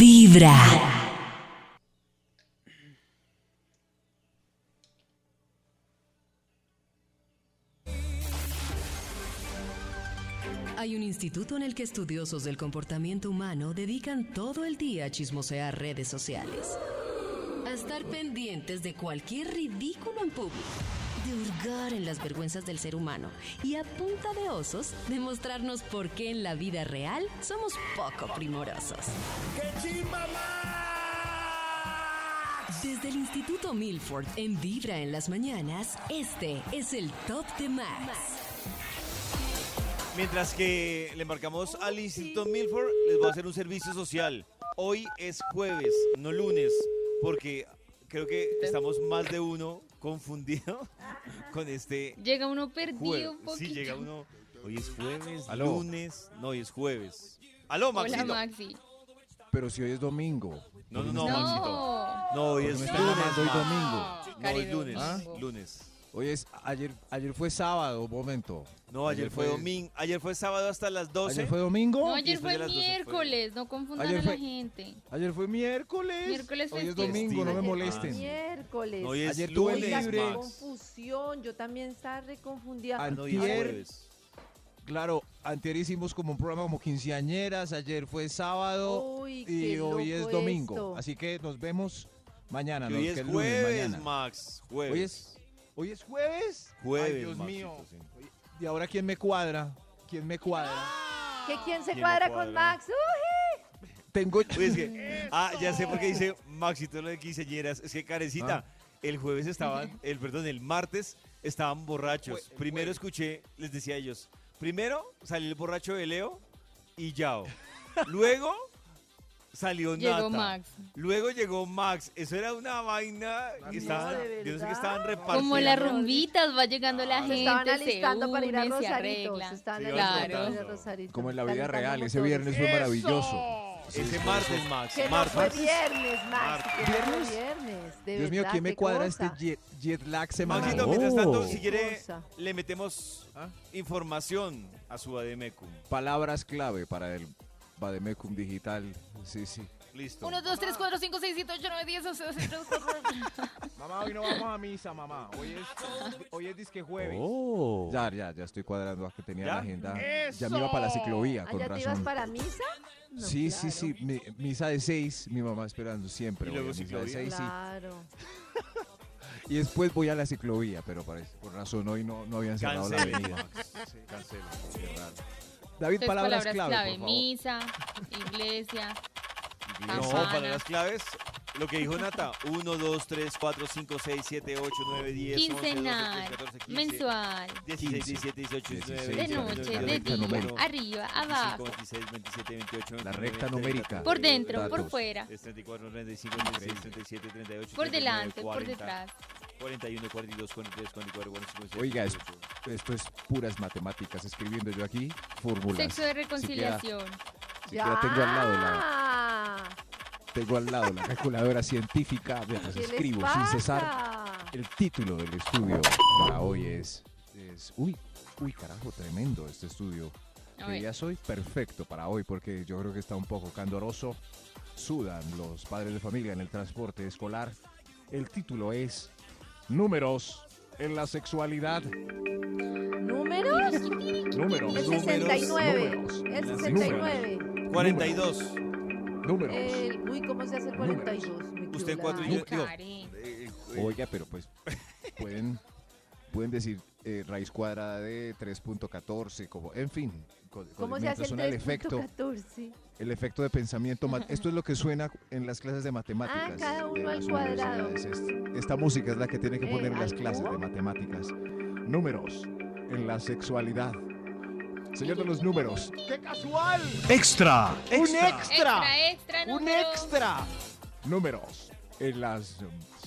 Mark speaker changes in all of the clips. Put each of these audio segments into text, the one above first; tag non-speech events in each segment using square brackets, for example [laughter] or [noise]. Speaker 1: Vibra.
Speaker 2: Hay un instituto en el que estudiosos del comportamiento humano dedican todo el día a chismosear redes sociales, a estar pendientes de cualquier ridículo en público, de hurgar en las vergüenzas del ser humano y a punta de osos demostrarnos por qué en la vida real somos poco primorosos. Desde el Instituto Milford en Vibra en las mañanas, este es el Top de Max.
Speaker 3: Mientras que le marcamos al Instituto Milford, les voy a hacer un servicio social. Hoy es jueves, no lunes, porque creo que estamos más de uno confundido [laughs] con este
Speaker 4: Llega uno perdido
Speaker 3: jueves.
Speaker 4: un poquito.
Speaker 3: Sí, llega uno. Hoy es jueves,
Speaker 5: Aló.
Speaker 3: lunes, no, hoy es jueves. Aló,
Speaker 4: Hola,
Speaker 3: Maxito.
Speaker 4: Maxi.
Speaker 5: Pero si hoy es domingo.
Speaker 3: No, no,
Speaker 4: No.
Speaker 3: no, Maxito. No, hoy
Speaker 5: Porque
Speaker 3: es
Speaker 5: me
Speaker 3: lunes.
Speaker 5: están llamando hoy
Speaker 3: Max.
Speaker 5: domingo.
Speaker 3: No, hoy es lunes.
Speaker 4: ¿Ah?
Speaker 3: Lunes.
Speaker 5: Hoy es ayer, ayer fue sábado, un momento.
Speaker 3: No, ayer, fue domingo. Ayer fue sábado hasta las 12.
Speaker 5: Ayer fue domingo.
Speaker 4: No,
Speaker 3: Y
Speaker 4: ayer
Speaker 3: después de
Speaker 4: fue
Speaker 3: las doce fue-
Speaker 4: miércoles, no confundan
Speaker 5: Ayer
Speaker 4: a
Speaker 5: fue-
Speaker 4: la gente.
Speaker 5: Ayer fue miércoles.
Speaker 4: Miércoles
Speaker 5: Hoy es
Speaker 4: festivo.
Speaker 5: domingo, no me
Speaker 3: Ayer fue
Speaker 5: molesten.
Speaker 6: Miércoles.
Speaker 3: No, hoy es
Speaker 5: Ayer tuve
Speaker 3: lunes,
Speaker 6: Oiga,
Speaker 5: Lunes,
Speaker 6: qué
Speaker 5: Max.
Speaker 6: confusión. Yo también estaba reconfundida.
Speaker 3: Ah, no, hoy es
Speaker 5: Antier.
Speaker 3: jueves.
Speaker 5: Claro, anterior hicimos como un programa como quinceañeras, ayer fue sábado
Speaker 6: Uy,
Speaker 5: y
Speaker 6: qué
Speaker 5: hoy es
Speaker 6: loco
Speaker 5: domingo.
Speaker 6: esto.
Speaker 5: Así que nos vemos mañana.
Speaker 3: Que
Speaker 5: ¿no?
Speaker 3: hoy
Speaker 5: Que
Speaker 3: es
Speaker 5: lunes,
Speaker 3: jueves,
Speaker 5: mañana.
Speaker 3: Max. Jueves.
Speaker 5: Hoy es, hoy es jueves.
Speaker 3: Jueves,
Speaker 5: Ay, Dios
Speaker 3: Maxito,
Speaker 5: mío.
Speaker 3: sí.
Speaker 5: Y ahora quién me cuadra, quién me cuadra.
Speaker 3: [laughs]
Speaker 6: ¿Que quién se
Speaker 3: ¿Quién no
Speaker 6: cuadra
Speaker 3: cuadra?
Speaker 6: con Max? Uy,
Speaker 5: Tengo
Speaker 3: Oye, es que, ah, ya sé por qué dice Maxito lo de quinceañeras. Es que carecita, el jueves estaban, el perdón, el martes estaban borrachos.
Speaker 5: Jue- el
Speaker 3: primero
Speaker 5: jueves.
Speaker 3: escuché, les decía a ellos, primero salió el borracho de Leo y Yao. Luego salió Nata.
Speaker 4: Llegó Max.
Speaker 3: Luego llegó Max. Eso era una vaina. que estaban,
Speaker 6: ¿de
Speaker 3: yo no sé qué
Speaker 6: verdad?
Speaker 3: estaban repartiendo.
Speaker 4: Como las rumbitas va llegando la
Speaker 6: se
Speaker 4: gente,
Speaker 6: estaban
Speaker 4: se
Speaker 6: alistando para ir a
Speaker 4: unen, se
Speaker 6: Rosarito.
Speaker 4: arreglan.
Speaker 6: Se estaban
Speaker 3: Sí,
Speaker 6: alistando para
Speaker 3: claro.
Speaker 6: ir a Rosarito.
Speaker 5: Como en la
Speaker 6: Están
Speaker 5: vida
Speaker 6: calentando
Speaker 5: real, ese
Speaker 6: motores.
Speaker 5: viernes fue maravilloso.
Speaker 3: Ese martes, Max.
Speaker 6: Que no
Speaker 3: martes.
Speaker 6: fue viernes, Max.
Speaker 3: Martes.
Speaker 6: que no fue
Speaker 5: ¿Viernes?
Speaker 6: viernes. De
Speaker 5: Dios mío,
Speaker 6: verdad,
Speaker 5: ¿quién me
Speaker 6: qué
Speaker 5: cuadra
Speaker 6: cosa.
Speaker 5: este jet, jet lag semanal?
Speaker 3: Maxito,
Speaker 6: Ay,
Speaker 3: mientras tanto,
Speaker 5: Oh.
Speaker 3: si quiere,
Speaker 6: Cosa.
Speaker 3: le metemos
Speaker 5: ¿Ah?
Speaker 3: información a su ADMQ.
Speaker 5: Palabras clave para el Bademecum Digital. Sí, sí.
Speaker 3: Listo.
Speaker 4: 1, 2, 3, 4, 5, 6, 7, 8, 9, 10, 11, 12, 13, 14.
Speaker 5: Mamá, hoy no vamos a misa, mamá. Hoy es, hoy es disque jueves. Ya, ya, ya estoy cuadrando a que tenía
Speaker 3: ¿Ya?
Speaker 5: la agenda. Oh. Ya me iba para la ciclovía,
Speaker 6: Ah,
Speaker 5: con
Speaker 6: ¿ya te ibas
Speaker 5: razón.
Speaker 6: para misa? No,
Speaker 5: sí, sí,
Speaker 6: claro.
Speaker 5: sí, mi- misa de seis, mi mamá esperando siempre.
Speaker 3: Y
Speaker 5: voy a
Speaker 3: luego
Speaker 5: misa de
Speaker 3: ciclovía.
Speaker 5: seis, sí.
Speaker 6: Claro.
Speaker 5: Y después voy a la ciclovía, pero parece, por razón hoy no, no habían cerrado la
Speaker 3: Cancelen,
Speaker 5: avenida.
Speaker 3: Max. Cancelen.
Speaker 5: David,
Speaker 4: Entonces,
Speaker 5: palabras, clave, por favor.
Speaker 4: misa, iglesia,
Speaker 3: No,
Speaker 4: Campana.
Speaker 3: para las claves, lo que dijo Nata: 1, 2, 3, 4, 5, 6, 7, 8, 9, 10, 11, 12, 13,
Speaker 4: quincenal,
Speaker 3: 14, 15,
Speaker 4: mensual,
Speaker 3: 16, 17, 18, 19,
Speaker 4: de
Speaker 3: 20, 21,
Speaker 4: noche, de
Speaker 3: 22,
Speaker 4: día,
Speaker 3: 21,
Speaker 4: arriba,
Speaker 3: 25,
Speaker 4: abajo,
Speaker 3: 26, 27, 28,
Speaker 5: La
Speaker 3: 29,
Speaker 5: recta
Speaker 3: 30,
Speaker 5: numérica.
Speaker 4: por dentro, por
Speaker 5: Datos.
Speaker 4: fuera,
Speaker 3: 34, 35, 36, 37, 38,
Speaker 4: por
Speaker 3: 39,
Speaker 4: delante, por
Speaker 3: 40,
Speaker 4: detrás.
Speaker 3: 41, 42, 43, 44, 45,
Speaker 5: Oiga, es- Esto es puras matemáticas, escribiendo yo aquí fórmulas.
Speaker 4: Sexo de reconciliación.
Speaker 5: Si queda, tengo al lado la,
Speaker 6: Ya.
Speaker 5: tengo al lado la calculadora científica mientras
Speaker 6: ¿Qué les
Speaker 5: escribo sin cesar.
Speaker 6: pasa?
Speaker 5: El título del estudio para hoy es, es uy, uy carajo, tremendo este estudio.
Speaker 4: A
Speaker 5: Que
Speaker 4: ver.
Speaker 5: ya soy perfecto para hoy porque yo creo que está un poco candoroso. Sudan los padres de familia en el transporte escolar. El título es Números en la sexualidad. Números.
Speaker 6: ¿Números? El
Speaker 3: Números,
Speaker 6: 69.
Speaker 5: números,
Speaker 6: El
Speaker 3: números.
Speaker 6: 69.
Speaker 3: 42.
Speaker 5: Números.
Speaker 4: Eh,
Speaker 6: El, uy, ¿cómo se hace el 42? Me
Speaker 3: Usted
Speaker 6: quedó
Speaker 3: cuatro
Speaker 6: la-
Speaker 3: y yo-
Speaker 4: Ay, Karen.
Speaker 3: Eh, eh,
Speaker 5: Oiga, pero pues pueden, pueden decir eh, raíz cuadrada de 3.14, como, en fin. co- co-
Speaker 6: ¿Cómo se
Speaker 5: mientras
Speaker 6: hace el
Speaker 5: suena el efecto,
Speaker 6: 3.14?
Speaker 5: el efecto de pensamiento. ma- Esto es lo que suena en las clases de matemáticas. Eh,
Speaker 6: Ah, cada
Speaker 5: de
Speaker 6: uno al
Speaker 5: las
Speaker 6: cuadrado.
Speaker 5: universidades. Es- esta música es la que tiene que
Speaker 6: Eh,
Speaker 5: poner las
Speaker 6: ¿algo?
Speaker 5: clases de matemáticas. Números en la sexualidad. Señor de los números. ¡Qué casual!
Speaker 7: Extra.
Speaker 5: ¡Un extra!
Speaker 4: Extra, extra,
Speaker 5: un
Speaker 4: número.
Speaker 5: extra. Números en, las,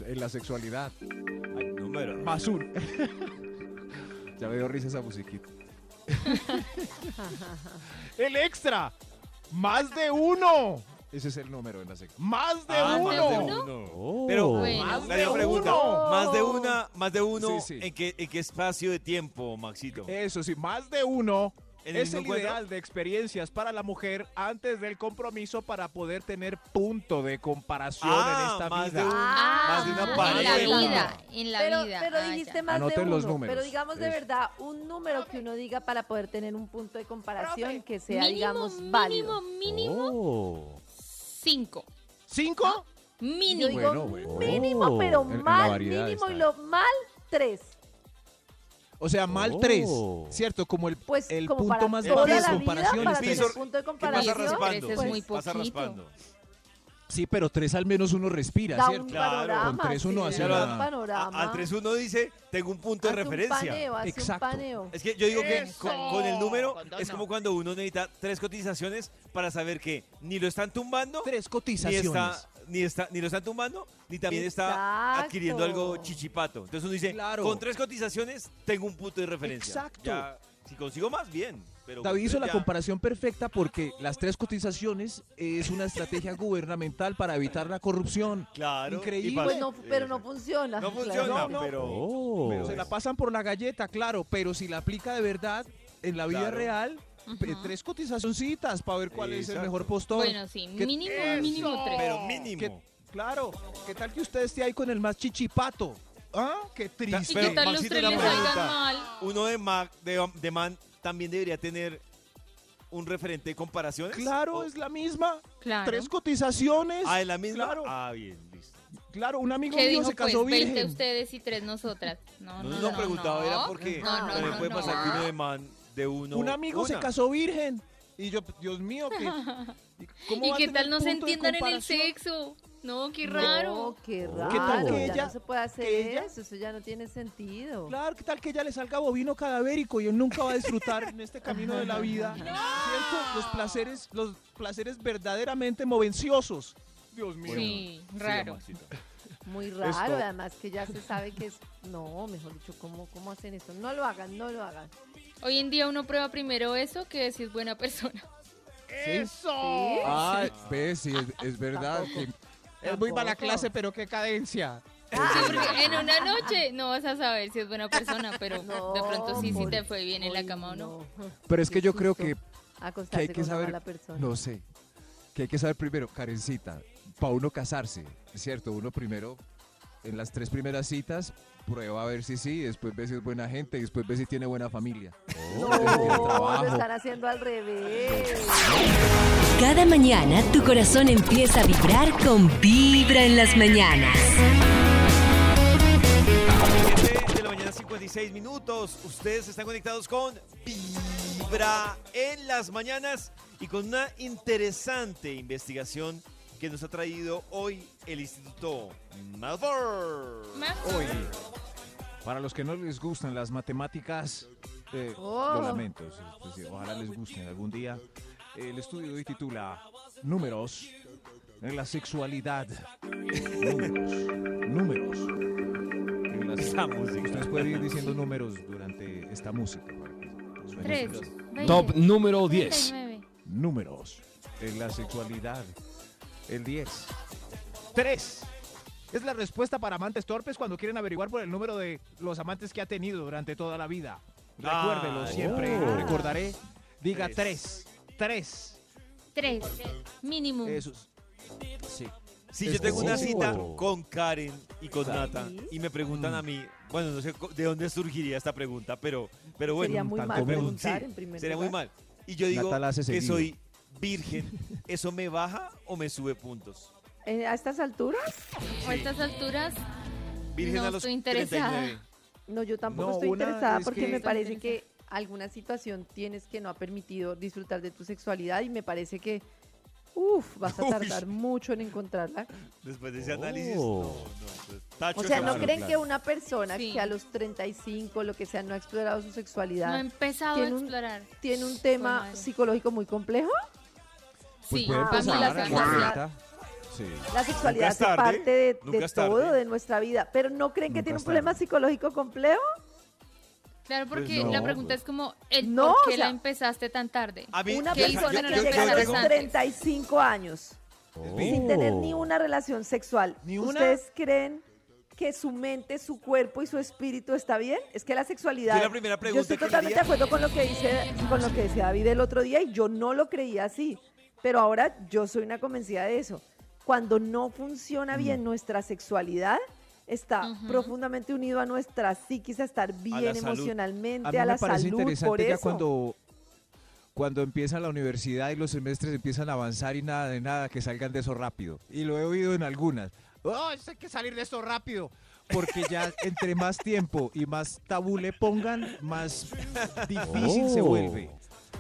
Speaker 5: en la sexualidad.
Speaker 3: ay, Número.
Speaker 5: Más un. ya me dio risa esa musiquita. [laughs] el extra. Más de uno. Ese es el número en la sexualidad. Más de
Speaker 3: Ah,
Speaker 5: uno.
Speaker 3: más de uno. Pero
Speaker 4: Bueno.
Speaker 3: más
Speaker 4: Más
Speaker 3: la
Speaker 5: de
Speaker 3: gran pregunta,
Speaker 5: uno.
Speaker 3: más de una, más de uno,
Speaker 5: Sí, Eh, sí.
Speaker 3: ¿en, qué, en qué espacio de tiempo, Maxito?
Speaker 5: Eso sí, más de uno
Speaker 3: En
Speaker 5: es
Speaker 3: mismo
Speaker 5: el
Speaker 3: encuentro?
Speaker 5: ideal de experiencias para la mujer antes del compromiso para poder tener punto de comparación
Speaker 3: Ah,
Speaker 5: en esta
Speaker 3: más
Speaker 5: vida.
Speaker 3: de un- Más de una
Speaker 4: En
Speaker 6: Ah,
Speaker 4: la
Speaker 3: pareja.
Speaker 4: vida, en la
Speaker 6: pero,
Speaker 4: vida.
Speaker 6: pero
Speaker 4: Ah,
Speaker 6: dijiste
Speaker 4: ya.
Speaker 6: más de
Speaker 5: Anoten
Speaker 6: uno.
Speaker 5: los números.
Speaker 6: Pero digamos de
Speaker 5: Es-
Speaker 6: verdad, un número que uno diga para poder tener un punto de comparación
Speaker 4: Profe,
Speaker 6: que sea,
Speaker 4: mínimo,
Speaker 6: digamos,
Speaker 4: mínimo,
Speaker 6: válido.
Speaker 4: mínimo,
Speaker 3: Oh.
Speaker 4: cinco.
Speaker 3: Ah,
Speaker 5: ¿Cinco?
Speaker 6: Yo
Speaker 4: Mínimo.
Speaker 5: Bueno,
Speaker 6: digo
Speaker 5: bueno.
Speaker 6: mínimo,
Speaker 3: Oh.
Speaker 6: pero
Speaker 5: En- en la
Speaker 6: mal
Speaker 5: variedad
Speaker 6: mínimo y
Speaker 5: está.
Speaker 6: lo mal tres.
Speaker 5: O sea, mal
Speaker 3: Oh.
Speaker 5: tres. ¿Cierto? Como el,
Speaker 6: Pues
Speaker 5: el
Speaker 6: como
Speaker 5: punto
Speaker 6: para
Speaker 5: más
Speaker 6: toda
Speaker 5: bajo de
Speaker 6: la vida,
Speaker 5: comparación.
Speaker 6: para
Speaker 5: es
Speaker 3: El
Speaker 6: tener
Speaker 5: tres.
Speaker 3: piso-
Speaker 6: punto de
Speaker 3: ¿Qué pasa
Speaker 6: comparación, pues,
Speaker 4: Tres
Speaker 3: raspando?
Speaker 4: es muy
Speaker 3: Pasa
Speaker 4: poquito.
Speaker 3: raspando.
Speaker 5: Sí, pero tres al menos uno respira,
Speaker 6: da un
Speaker 5: ¿cierto?
Speaker 3: Claro,
Speaker 6: panorama.
Speaker 5: con tres uno
Speaker 6: sí,
Speaker 5: hace
Speaker 6: da
Speaker 5: una-
Speaker 6: un
Speaker 3: A-
Speaker 6: panorama.
Speaker 3: Al 3-1 dice, tengo un punto de
Speaker 6: Hace un
Speaker 3: referencia.
Speaker 6: paneo, hace un
Speaker 5: Exacto.
Speaker 6: paneo.
Speaker 3: Es que yo digo que
Speaker 4: Eso.
Speaker 3: con, con el número
Speaker 4: Con dos
Speaker 3: es
Speaker 4: no.
Speaker 3: como cuando uno necesita tres cotizaciones para saber que ni lo están tumbando,
Speaker 5: Tres
Speaker 3: ni,
Speaker 5: cotizaciones.
Speaker 3: está, ni, está, ni lo están tumbando, ni también está
Speaker 6: Exacto.
Speaker 3: adquiriendo algo chichipato. Entonces uno dice,
Speaker 5: Claro.
Speaker 3: con tres cotizaciones tengo un punto de referencia.
Speaker 5: Exacto.
Speaker 3: Ya, si consigo más, bien. Pero con
Speaker 5: David hizo
Speaker 3: tres
Speaker 5: la
Speaker 3: ya-
Speaker 5: comparación perfecta porque las tres cotizaciones es una estrategia gubernamental para evitar la corrupción.
Speaker 3: Claro. y
Speaker 5: Increíble.
Speaker 3: pasa-
Speaker 6: Pues no, pero no
Speaker 3: Exacto.
Speaker 6: funciona.
Speaker 3: No
Speaker 6: claro.
Speaker 3: funciona,
Speaker 5: No, no.
Speaker 3: pero... pues, pero
Speaker 5: Se la
Speaker 3: es-
Speaker 5: pasan por la galleta, claro, pero si la aplica de verdad en la vida
Speaker 3: Claro.
Speaker 5: real, pe-
Speaker 4: Ujú.
Speaker 5: tres cotizacioncitas para ver cuál es el
Speaker 3: Exacto.
Speaker 5: mejor postor.
Speaker 4: Bueno, sí,
Speaker 5: ¿Qué-
Speaker 4: mínimo, mínimo tres.
Speaker 3: Pero
Speaker 5: ¿Qué-
Speaker 3: mínimo.
Speaker 5: claro, ¿qué tal que usted esté ahí con el más chichipato? ¿Ah? ¡Qué
Speaker 4: ¿Y
Speaker 5: triste!
Speaker 3: Pero,
Speaker 4: qué tal los
Speaker 3: Maxito,
Speaker 4: tres
Speaker 3: una
Speaker 4: le salgan
Speaker 3: pregunta.
Speaker 4: mal?
Speaker 3: Uno de, ma- de, de man también debería tener un referente de comparaciones.
Speaker 5: Claro,
Speaker 3: O-
Speaker 5: es la misma.
Speaker 4: Claro.
Speaker 5: Tres cotizaciones.
Speaker 3: Ah, ¿es la misma?
Speaker 5: Claro.
Speaker 3: Ah, bien, listo.
Speaker 5: Claro, un amigo
Speaker 4: ¿Qué
Speaker 5: mío
Speaker 4: dijo
Speaker 5: se casó
Speaker 4: pues? 20
Speaker 5: virgen.
Speaker 4: ustedes y tres nosotras. No,
Speaker 3: No,
Speaker 4: no,
Speaker 3: no,
Speaker 4: no.
Speaker 3: preguntaba,
Speaker 4: no.
Speaker 3: era porque
Speaker 4: No, no,
Speaker 3: también
Speaker 4: no,
Speaker 3: puede
Speaker 4: no.
Speaker 3: pasar que uno de man de uno.
Speaker 5: un amigo se
Speaker 3: una.
Speaker 5: casó virgen. Y yo, Dios mío,
Speaker 4: [laughs]
Speaker 5: que... ¿y ¿cómo
Speaker 4: ¿Y
Speaker 5: va a
Speaker 4: qué
Speaker 5: tener
Speaker 4: tal no se
Speaker 5: punto de
Speaker 4: entiendan en el
Speaker 5: comparación?
Speaker 4: sexo? No, qué
Speaker 6: No,
Speaker 4: raro.
Speaker 5: ¿Qué
Speaker 6: qué raro.
Speaker 5: tal
Speaker 3: que
Speaker 6: ya
Speaker 5: ella-
Speaker 6: no se puede hacer
Speaker 5: que ella-
Speaker 6: eso, eso ya no tiene sentido.
Speaker 5: Claro, ¿qué tal que ya le salga bovino cadavérico y él nunca va a disfrutar en este camino
Speaker 4: [laughs]
Speaker 5: de la vida? ¿Cierto? Los placeres, los placeres verdaderamente movenciosos. Dios mío.
Speaker 4: Sí,
Speaker 3: Sí,
Speaker 4: raro.
Speaker 3: Maxito.
Speaker 6: Muy raro,
Speaker 5: Esto-
Speaker 6: además que ya se sabe que es... No, mejor dicho, ¿cómo, ¿cómo hacen eso? No lo hagan, no lo hagan.
Speaker 4: Hoy en día uno prueba primero eso que si es buena persona.
Speaker 6: ¿Sí?
Speaker 5: Ah, ves, sí, es, es verdad
Speaker 6: Tampoco.
Speaker 5: que Ah, es muy mala
Speaker 6: Tampoco.
Speaker 5: clase, pero qué cadencia.
Speaker 4: Sí, porque [laughs] en una noche no vas a saber si es buena persona, pero
Speaker 6: No,
Speaker 4: de pronto sí, si
Speaker 6: por-
Speaker 4: te fue bien en la
Speaker 6: Ay,
Speaker 4: cama o no.
Speaker 5: Pero es
Speaker 6: Qué
Speaker 5: que yo creo
Speaker 6: susto.
Speaker 5: que,
Speaker 6: Acostarse
Speaker 5: hay que
Speaker 6: con una
Speaker 5: saber-
Speaker 6: mala persona.
Speaker 5: no sé, que hay que saber primero, Karencita, para uno casarse, ¿cierto? Uno primero, en las tres primeras citas, prueba a ver si sí, después ve si es buena gente, y después ve si tiene buena familia.
Speaker 6: No,
Speaker 5: Después tiene
Speaker 6: lo
Speaker 5: trabajo.
Speaker 6: están haciendo al revés.
Speaker 2: Cada mañana tu corazón empieza a vibrar con Vibra en las mañanas.
Speaker 3: 7 de la mañana, 56 minutos. Ustedes están conectados con Vibra en las mañanas y con una interesante investigación que nos ha traído hoy el Instituto Malvar.
Speaker 4: Ma-
Speaker 5: Hoy, para los que no les gustan las matemáticas, eh,
Speaker 6: Oh.
Speaker 5: lo lamento. es- es decir, ojalá les gusten algún día. El estudio de hoy titula Números en la sexualidad. Números, números. En la música. Ustedes pueden ir diciendo números durante esta música. para que suene
Speaker 4: Tres.
Speaker 5: sabroso.
Speaker 8: Top número
Speaker 4: 10.
Speaker 8: 10.
Speaker 5: Números en la sexualidad. El 10. 3. Es la respuesta para amantes torpes cuando quieren averiguar por el número de los amantes que ha tenido durante toda la vida. Recuérdelo
Speaker 3: Ah,
Speaker 5: siempre.
Speaker 3: oh.
Speaker 5: lo Recordaré. Diga
Speaker 3: Tres.
Speaker 5: 3. 3.
Speaker 4: Tres. Mínimo.
Speaker 5: Esos. Sí.
Speaker 3: Si
Speaker 5: Es-
Speaker 3: yo tengo una
Speaker 5: Oh.
Speaker 3: cita con Karen y con Nata y me preguntan a mí, bueno, no sé co- de dónde surgiría esta pregunta, pero, pero bueno,
Speaker 6: Sería muy
Speaker 5: tanto
Speaker 6: mal
Speaker 5: común.
Speaker 6: preguntar
Speaker 3: Sí,
Speaker 6: en primer
Speaker 3: sería muy
Speaker 6: lugar.
Speaker 3: mal. Y yo digo
Speaker 5: Nata la hace
Speaker 3: que
Speaker 5: seguido.
Speaker 3: soy virgen, ¿eso me baja o me sube puntos?
Speaker 6: Eh, ¿A estas alturas?
Speaker 4: A estas alturas,
Speaker 3: Virgen
Speaker 4: No
Speaker 3: a los
Speaker 4: estoy interesada.
Speaker 3: 39.
Speaker 6: No, yo tampoco
Speaker 5: No,
Speaker 6: estoy
Speaker 5: una
Speaker 6: interesada
Speaker 5: es
Speaker 6: porque
Speaker 5: que-
Speaker 6: me parece que alguna situación tienes que no ha permitido disfrutar de tu sexualidad y me parece que, uff, vas a
Speaker 3: [laughs] Uy.
Speaker 6: tardar mucho en encontrarla.
Speaker 3: Después de ese análisis,
Speaker 8: Oh.
Speaker 3: no, no, pues, tacho
Speaker 6: O sea, ¿no
Speaker 3: claro.
Speaker 5: creo-
Speaker 6: creen
Speaker 5: claro.
Speaker 6: que una persona
Speaker 4: Sí.
Speaker 6: que a los 35, lo que sea, no ha explorado su
Speaker 4: no he
Speaker 6: sexualidad,
Speaker 4: empezado a
Speaker 6: Tiene un-
Speaker 4: explorar.
Speaker 6: tiene un tema
Speaker 4: Bueno,
Speaker 6: psicológico muy complejo?
Speaker 4: Sí,
Speaker 5: puede
Speaker 4: para mí la
Speaker 5: pasar,
Speaker 6: la
Speaker 4: sexualidad.
Speaker 6: sexualidad.
Speaker 5: Sí.
Speaker 6: La sexualidad
Speaker 3: es
Speaker 6: hace
Speaker 3: tarde,
Speaker 6: parte de,
Speaker 3: nunca
Speaker 6: de
Speaker 3: es tarde.
Speaker 6: todo, de nuestra vida. Pero ¿no creen que
Speaker 5: Nunca
Speaker 6: tiene un
Speaker 5: es
Speaker 6: problema
Speaker 5: tarde.
Speaker 6: psicológico complejo?
Speaker 4: Claro, porque
Speaker 3: Pues no,
Speaker 4: la pregunta
Speaker 3: pues.
Speaker 4: es como, ¿el
Speaker 6: No,
Speaker 4: ¿por
Speaker 6: o
Speaker 4: qué la
Speaker 6: sea,
Speaker 4: empezaste tan tarde?
Speaker 3: A mí,
Speaker 6: Una
Speaker 3: yo-
Speaker 4: hizo
Speaker 6: persona
Speaker 3: yo-
Speaker 6: que
Speaker 3: yo- yo
Speaker 6: llega a los
Speaker 3: tengo-
Speaker 4: antes?
Speaker 6: 35 años
Speaker 3: Sí.
Speaker 6: sin tener ni una relación sexual.
Speaker 5: Oh. ¿Ni una?
Speaker 6: ¿Ustedes creen que su mente, su cuerpo y su espíritu está bien? Es que la sexualidad.
Speaker 3: Yo la primera pregunta
Speaker 6: yo estoy
Speaker 3: que le
Speaker 6: totalmente de
Speaker 3: haría-
Speaker 6: acuerdo con lo que dice, con lo que decía David el otro día y yo no lo creía así. Pero ahora yo soy una convencida de eso. Cuando no funciona
Speaker 5: Mm.
Speaker 6: bien nuestra sexualidad, está
Speaker 4: Ujú.
Speaker 6: profundamente unido a nuestra psiquis, a estar bien
Speaker 3: salud.
Speaker 6: emocionalmente,
Speaker 5: A mí
Speaker 6: a la
Speaker 5: me parece
Speaker 6: salud. Por
Speaker 5: interesante ya
Speaker 6: eso.
Speaker 5: cuando, cuando empieza la universidad y los semestres empiezan a avanzar y nada de nada, que salgan de eso rápido. Y lo he oído en algunas. ¡Oh, eso hay que salir de esto rápido! Porque [laughs] ya entre más tiempo y más tabú le pongan, [laughs] más difícil se
Speaker 9: Oh.
Speaker 5: vuelve.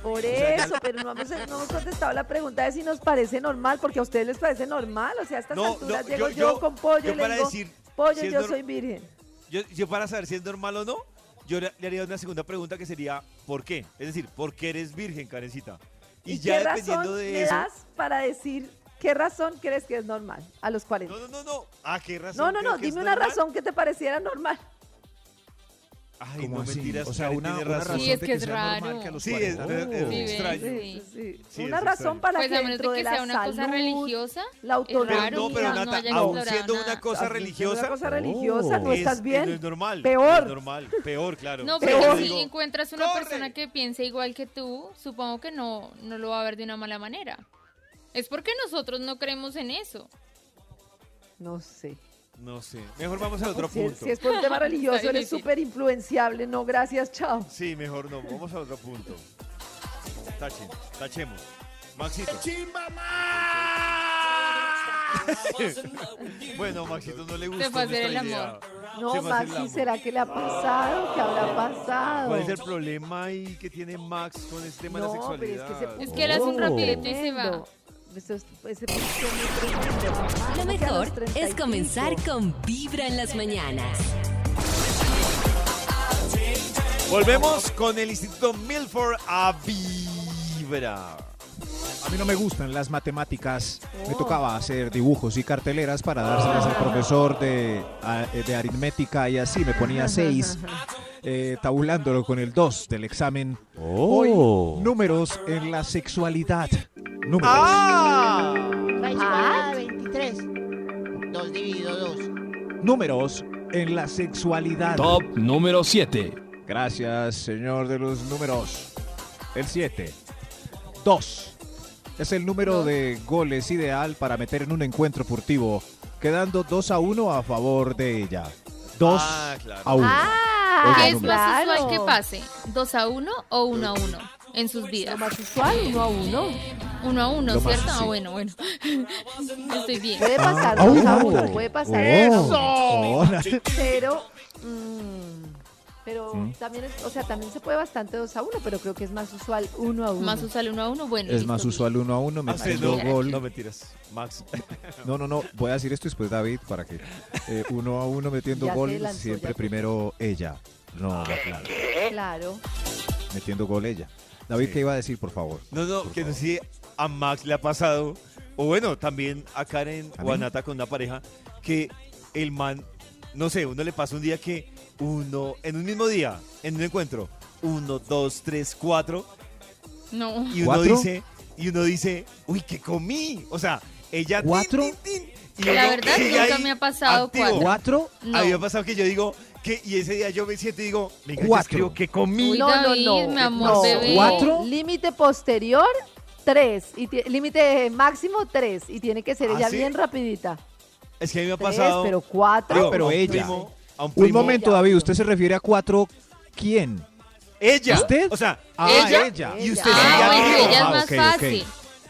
Speaker 6: Por eso, pero no hemos, no hemos contestado la pregunta de si nos parece normal, porque a ustedes les parece normal. O sea, a estas
Speaker 3: No,
Speaker 6: alturas
Speaker 3: no, yo-
Speaker 6: llego yo,
Speaker 3: yo-
Speaker 6: con pollo
Speaker 3: yo
Speaker 6: y le
Speaker 3: para
Speaker 6: digo,
Speaker 3: decir
Speaker 6: pollo,
Speaker 3: si es
Speaker 6: yo
Speaker 3: nor-
Speaker 6: soy virgen.
Speaker 3: Yo, yo para saber si es normal o no, yo le le haría una segunda pregunta que sería ¿por qué? Es decir, ¿por qué eres virgen, Karencita? Y,
Speaker 6: ¿Y,
Speaker 3: ya
Speaker 6: qué
Speaker 3: dependiendo
Speaker 6: razón me
Speaker 3: de eso.
Speaker 6: das para decir qué razón crees que es normal a los 40?
Speaker 3: No, no, no, no. Ah, qué razón.
Speaker 6: No, no,
Speaker 3: creo
Speaker 6: no,
Speaker 3: que es
Speaker 6: dime una
Speaker 3: normal?
Speaker 6: razón que te pareciera normal.
Speaker 3: Ay,
Speaker 5: ¿Cómo
Speaker 3: no
Speaker 5: así?
Speaker 3: mentiras,
Speaker 5: O sea,
Speaker 3: Karen
Speaker 5: una,
Speaker 3: tiene
Speaker 5: una
Speaker 3: razón.
Speaker 5: razón
Speaker 4: Sí, es
Speaker 5: de
Speaker 4: que es
Speaker 5: sea normal
Speaker 4: raro.
Speaker 5: que a los
Speaker 3: Sí, es-
Speaker 5: 40.
Speaker 3: es-
Speaker 5: Oh.
Speaker 4: Sí,
Speaker 3: extraño.
Speaker 6: Sí, sí, sí.
Speaker 3: Sí,
Speaker 6: una
Speaker 3: es
Speaker 6: razón
Speaker 3: extraño.
Speaker 6: para
Speaker 4: Pues
Speaker 6: que
Speaker 4: a menos de
Speaker 6: dentro de,
Speaker 4: que
Speaker 6: la
Speaker 4: sea una
Speaker 6: salud,
Speaker 4: cosa religiosa.
Speaker 6: la
Speaker 4: raro,
Speaker 6: autonomía,
Speaker 3: Pero no, pero
Speaker 4: no
Speaker 3: Nata,
Speaker 4: haya
Speaker 3: aún
Speaker 4: explorado
Speaker 3: siendo
Speaker 4: nada.
Speaker 3: una cosa
Speaker 6: Estás diciendo
Speaker 3: religiosa,
Speaker 6: Una cosa religiosa, no
Speaker 3: es-
Speaker 6: estás
Speaker 3: No
Speaker 6: bien.
Speaker 3: es normal.
Speaker 6: Peor.
Speaker 3: No es normal, peor, claro.
Speaker 4: No,
Speaker 3: Sí,
Speaker 4: pero
Speaker 3: yo
Speaker 6: Peor.
Speaker 4: si
Speaker 3: digo,
Speaker 4: encuentras una
Speaker 3: "Corre".
Speaker 4: persona que piense igual que tú, supongo que no, no lo va a ver de una mala manera. Es porque nosotros no creemos en eso.
Speaker 6: No sé.
Speaker 3: No sé. Mejor vamos al otro
Speaker 6: Si es,
Speaker 3: punto.
Speaker 6: si es por un tema
Speaker 4: [laughs]
Speaker 6: religioso,
Speaker 4: Está
Speaker 6: eres
Speaker 4: difícil.
Speaker 6: súper influenciable. No, gracias, chao.
Speaker 3: Sí, mejor no. Vamos a otro punto. Tachen, tachemos. Maxito.
Speaker 5: Oh.
Speaker 3: bueno, Maxito no le gusta.
Speaker 4: Se fue a hacer el amor.
Speaker 6: No, Maxi, ¿será que le ha pasado? ¿Qué habrá pasado?
Speaker 3: ¿Cuál es el problema ahí que tiene Max con este tema de la
Speaker 6: no, pero es
Speaker 3: sexualidad?
Speaker 6: que se puso
Speaker 4: Es que él hace un
Speaker 6: muy
Speaker 4: rapidito y se va.
Speaker 6: tremendo. Eso es- ese puso muy tremendo.
Speaker 2: Lo
Speaker 6: Como que a los
Speaker 2: mejor
Speaker 6: 30 y
Speaker 2: es comenzar
Speaker 6: pico.
Speaker 2: con Vibra en las mañanas.
Speaker 3: Volvemos con el Instituto Milford a Vibra.
Speaker 5: A mí no me gustan las matemáticas. Me
Speaker 6: Oh.
Speaker 5: tocaba hacer dibujos y carteleras para dárselas al profesor de, a- de aritmética y así me ponía 6, tabulándolo con el 2 del examen. Hoy, números en la sexualidad. Números.
Speaker 3: Ah.
Speaker 10: Raíz cuadrada de 23. 2 dividido 2.
Speaker 5: Números en la sexualidad.
Speaker 8: Top número 7.
Speaker 5: Gracias, señor de los números. El 7. 2. Es el número de goles ideal para meter en un encuentro furtivo, quedando 2 a 1 a favor de ella. 2
Speaker 3: Ah, claro.
Speaker 5: a 1.
Speaker 6: Ah,
Speaker 5: Oye,
Speaker 4: ¿Qué es más
Speaker 6: claro.
Speaker 4: usual que pase? ¿Dos a uno o uno a uno? En sus vidas.
Speaker 6: Lo más usual, uno a uno.
Speaker 4: Uno a uno,
Speaker 5: Lo más-
Speaker 4: ¿cierto? Ah,
Speaker 5: sí.
Speaker 4: bueno, bueno. [laughs] Estoy bien.
Speaker 6: Puede pasar
Speaker 5: Ah,
Speaker 6: dos a
Speaker 5: oh.
Speaker 6: uno, puede pasar
Speaker 5: Oh.
Speaker 6: dos a uno.
Speaker 5: Hola.
Speaker 6: Pero, mm, pero también, es- o sea, también se puede bastante dos a uno, pero creo que es más usual uno a uno.
Speaker 4: Más usual uno a uno, bueno.
Speaker 5: Es
Speaker 4: listo,
Speaker 5: más
Speaker 4: bien.
Speaker 5: usual 1 a 1
Speaker 3: Ah, sí,
Speaker 5: metiendo
Speaker 3: no,
Speaker 5: gol.
Speaker 3: no mentiras, Max.
Speaker 5: No, no, no. Voy a decir esto después, David, para que. 1 a 1 metiendo
Speaker 6: [laughs] Ya se
Speaker 5: gol,
Speaker 6: lanzó,
Speaker 5: siempre
Speaker 6: ya.
Speaker 5: primero ella. No, claro.
Speaker 6: Claro.
Speaker 5: Metiendo gol ella. David,
Speaker 3: Sí.
Speaker 5: ¿qué iba a decir, por favor?
Speaker 3: No, no, que no sé si a Max le ha pasado, o bueno, también a Karen
Speaker 5: ¿A
Speaker 3: o a
Speaker 5: mí?
Speaker 3: Nata con una pareja, que el man, no sé, uno le pasa un día que uno, en un mismo día, en un encuentro, uno, dos, tres, cuatro,
Speaker 4: No.
Speaker 3: y uno
Speaker 5: ¿Cuatro?
Speaker 3: dice, y uno dice, uy, ¿qué comí? O sea, ella... tin,
Speaker 5: ¿Cuatro?
Speaker 3: tin, tin, y
Speaker 4: La
Speaker 3: uno
Speaker 4: verdad,
Speaker 3: sigue
Speaker 4: nunca
Speaker 3: ahí
Speaker 4: me ha pasado
Speaker 3: activo.
Speaker 4: cuatro.
Speaker 5: ¿Cuatro?
Speaker 4: No.
Speaker 3: A mí me ha pasado que yo digo, que, y ese día yo me siento y digo, me
Speaker 5: Cuatro.
Speaker 3: escribo que comí.
Speaker 4: Uy, David, mi amor, bebé.
Speaker 5: ¿Cuatro?
Speaker 6: Límite posterior, tres. Y ti- límite máximo, tres. Y tiene que ser
Speaker 3: ¿Ah,
Speaker 6: ella
Speaker 3: sí?
Speaker 6: bien rapidita.
Speaker 3: Es que a mí me ha
Speaker 6: Tres,
Speaker 3: pasado...
Speaker 6: pero cuatro.
Speaker 3: digo,
Speaker 5: Ah, pero
Speaker 3: a un
Speaker 5: ella.
Speaker 3: primo- a un
Speaker 5: Un
Speaker 3: primo-
Speaker 5: momento, David, ¿usted se refiere a cuatro quién?
Speaker 3: Ella.
Speaker 5: ¿Usted?
Speaker 3: O sea,
Speaker 5: Ah,
Speaker 3: ella,
Speaker 5: ella.
Speaker 3: y usted.
Speaker 4: Ah,
Speaker 3: Ya
Speaker 4: bueno,
Speaker 3: dijo.
Speaker 4: ella es
Speaker 5: Ah,
Speaker 4: más
Speaker 5: ok, ok.
Speaker 4: fácil.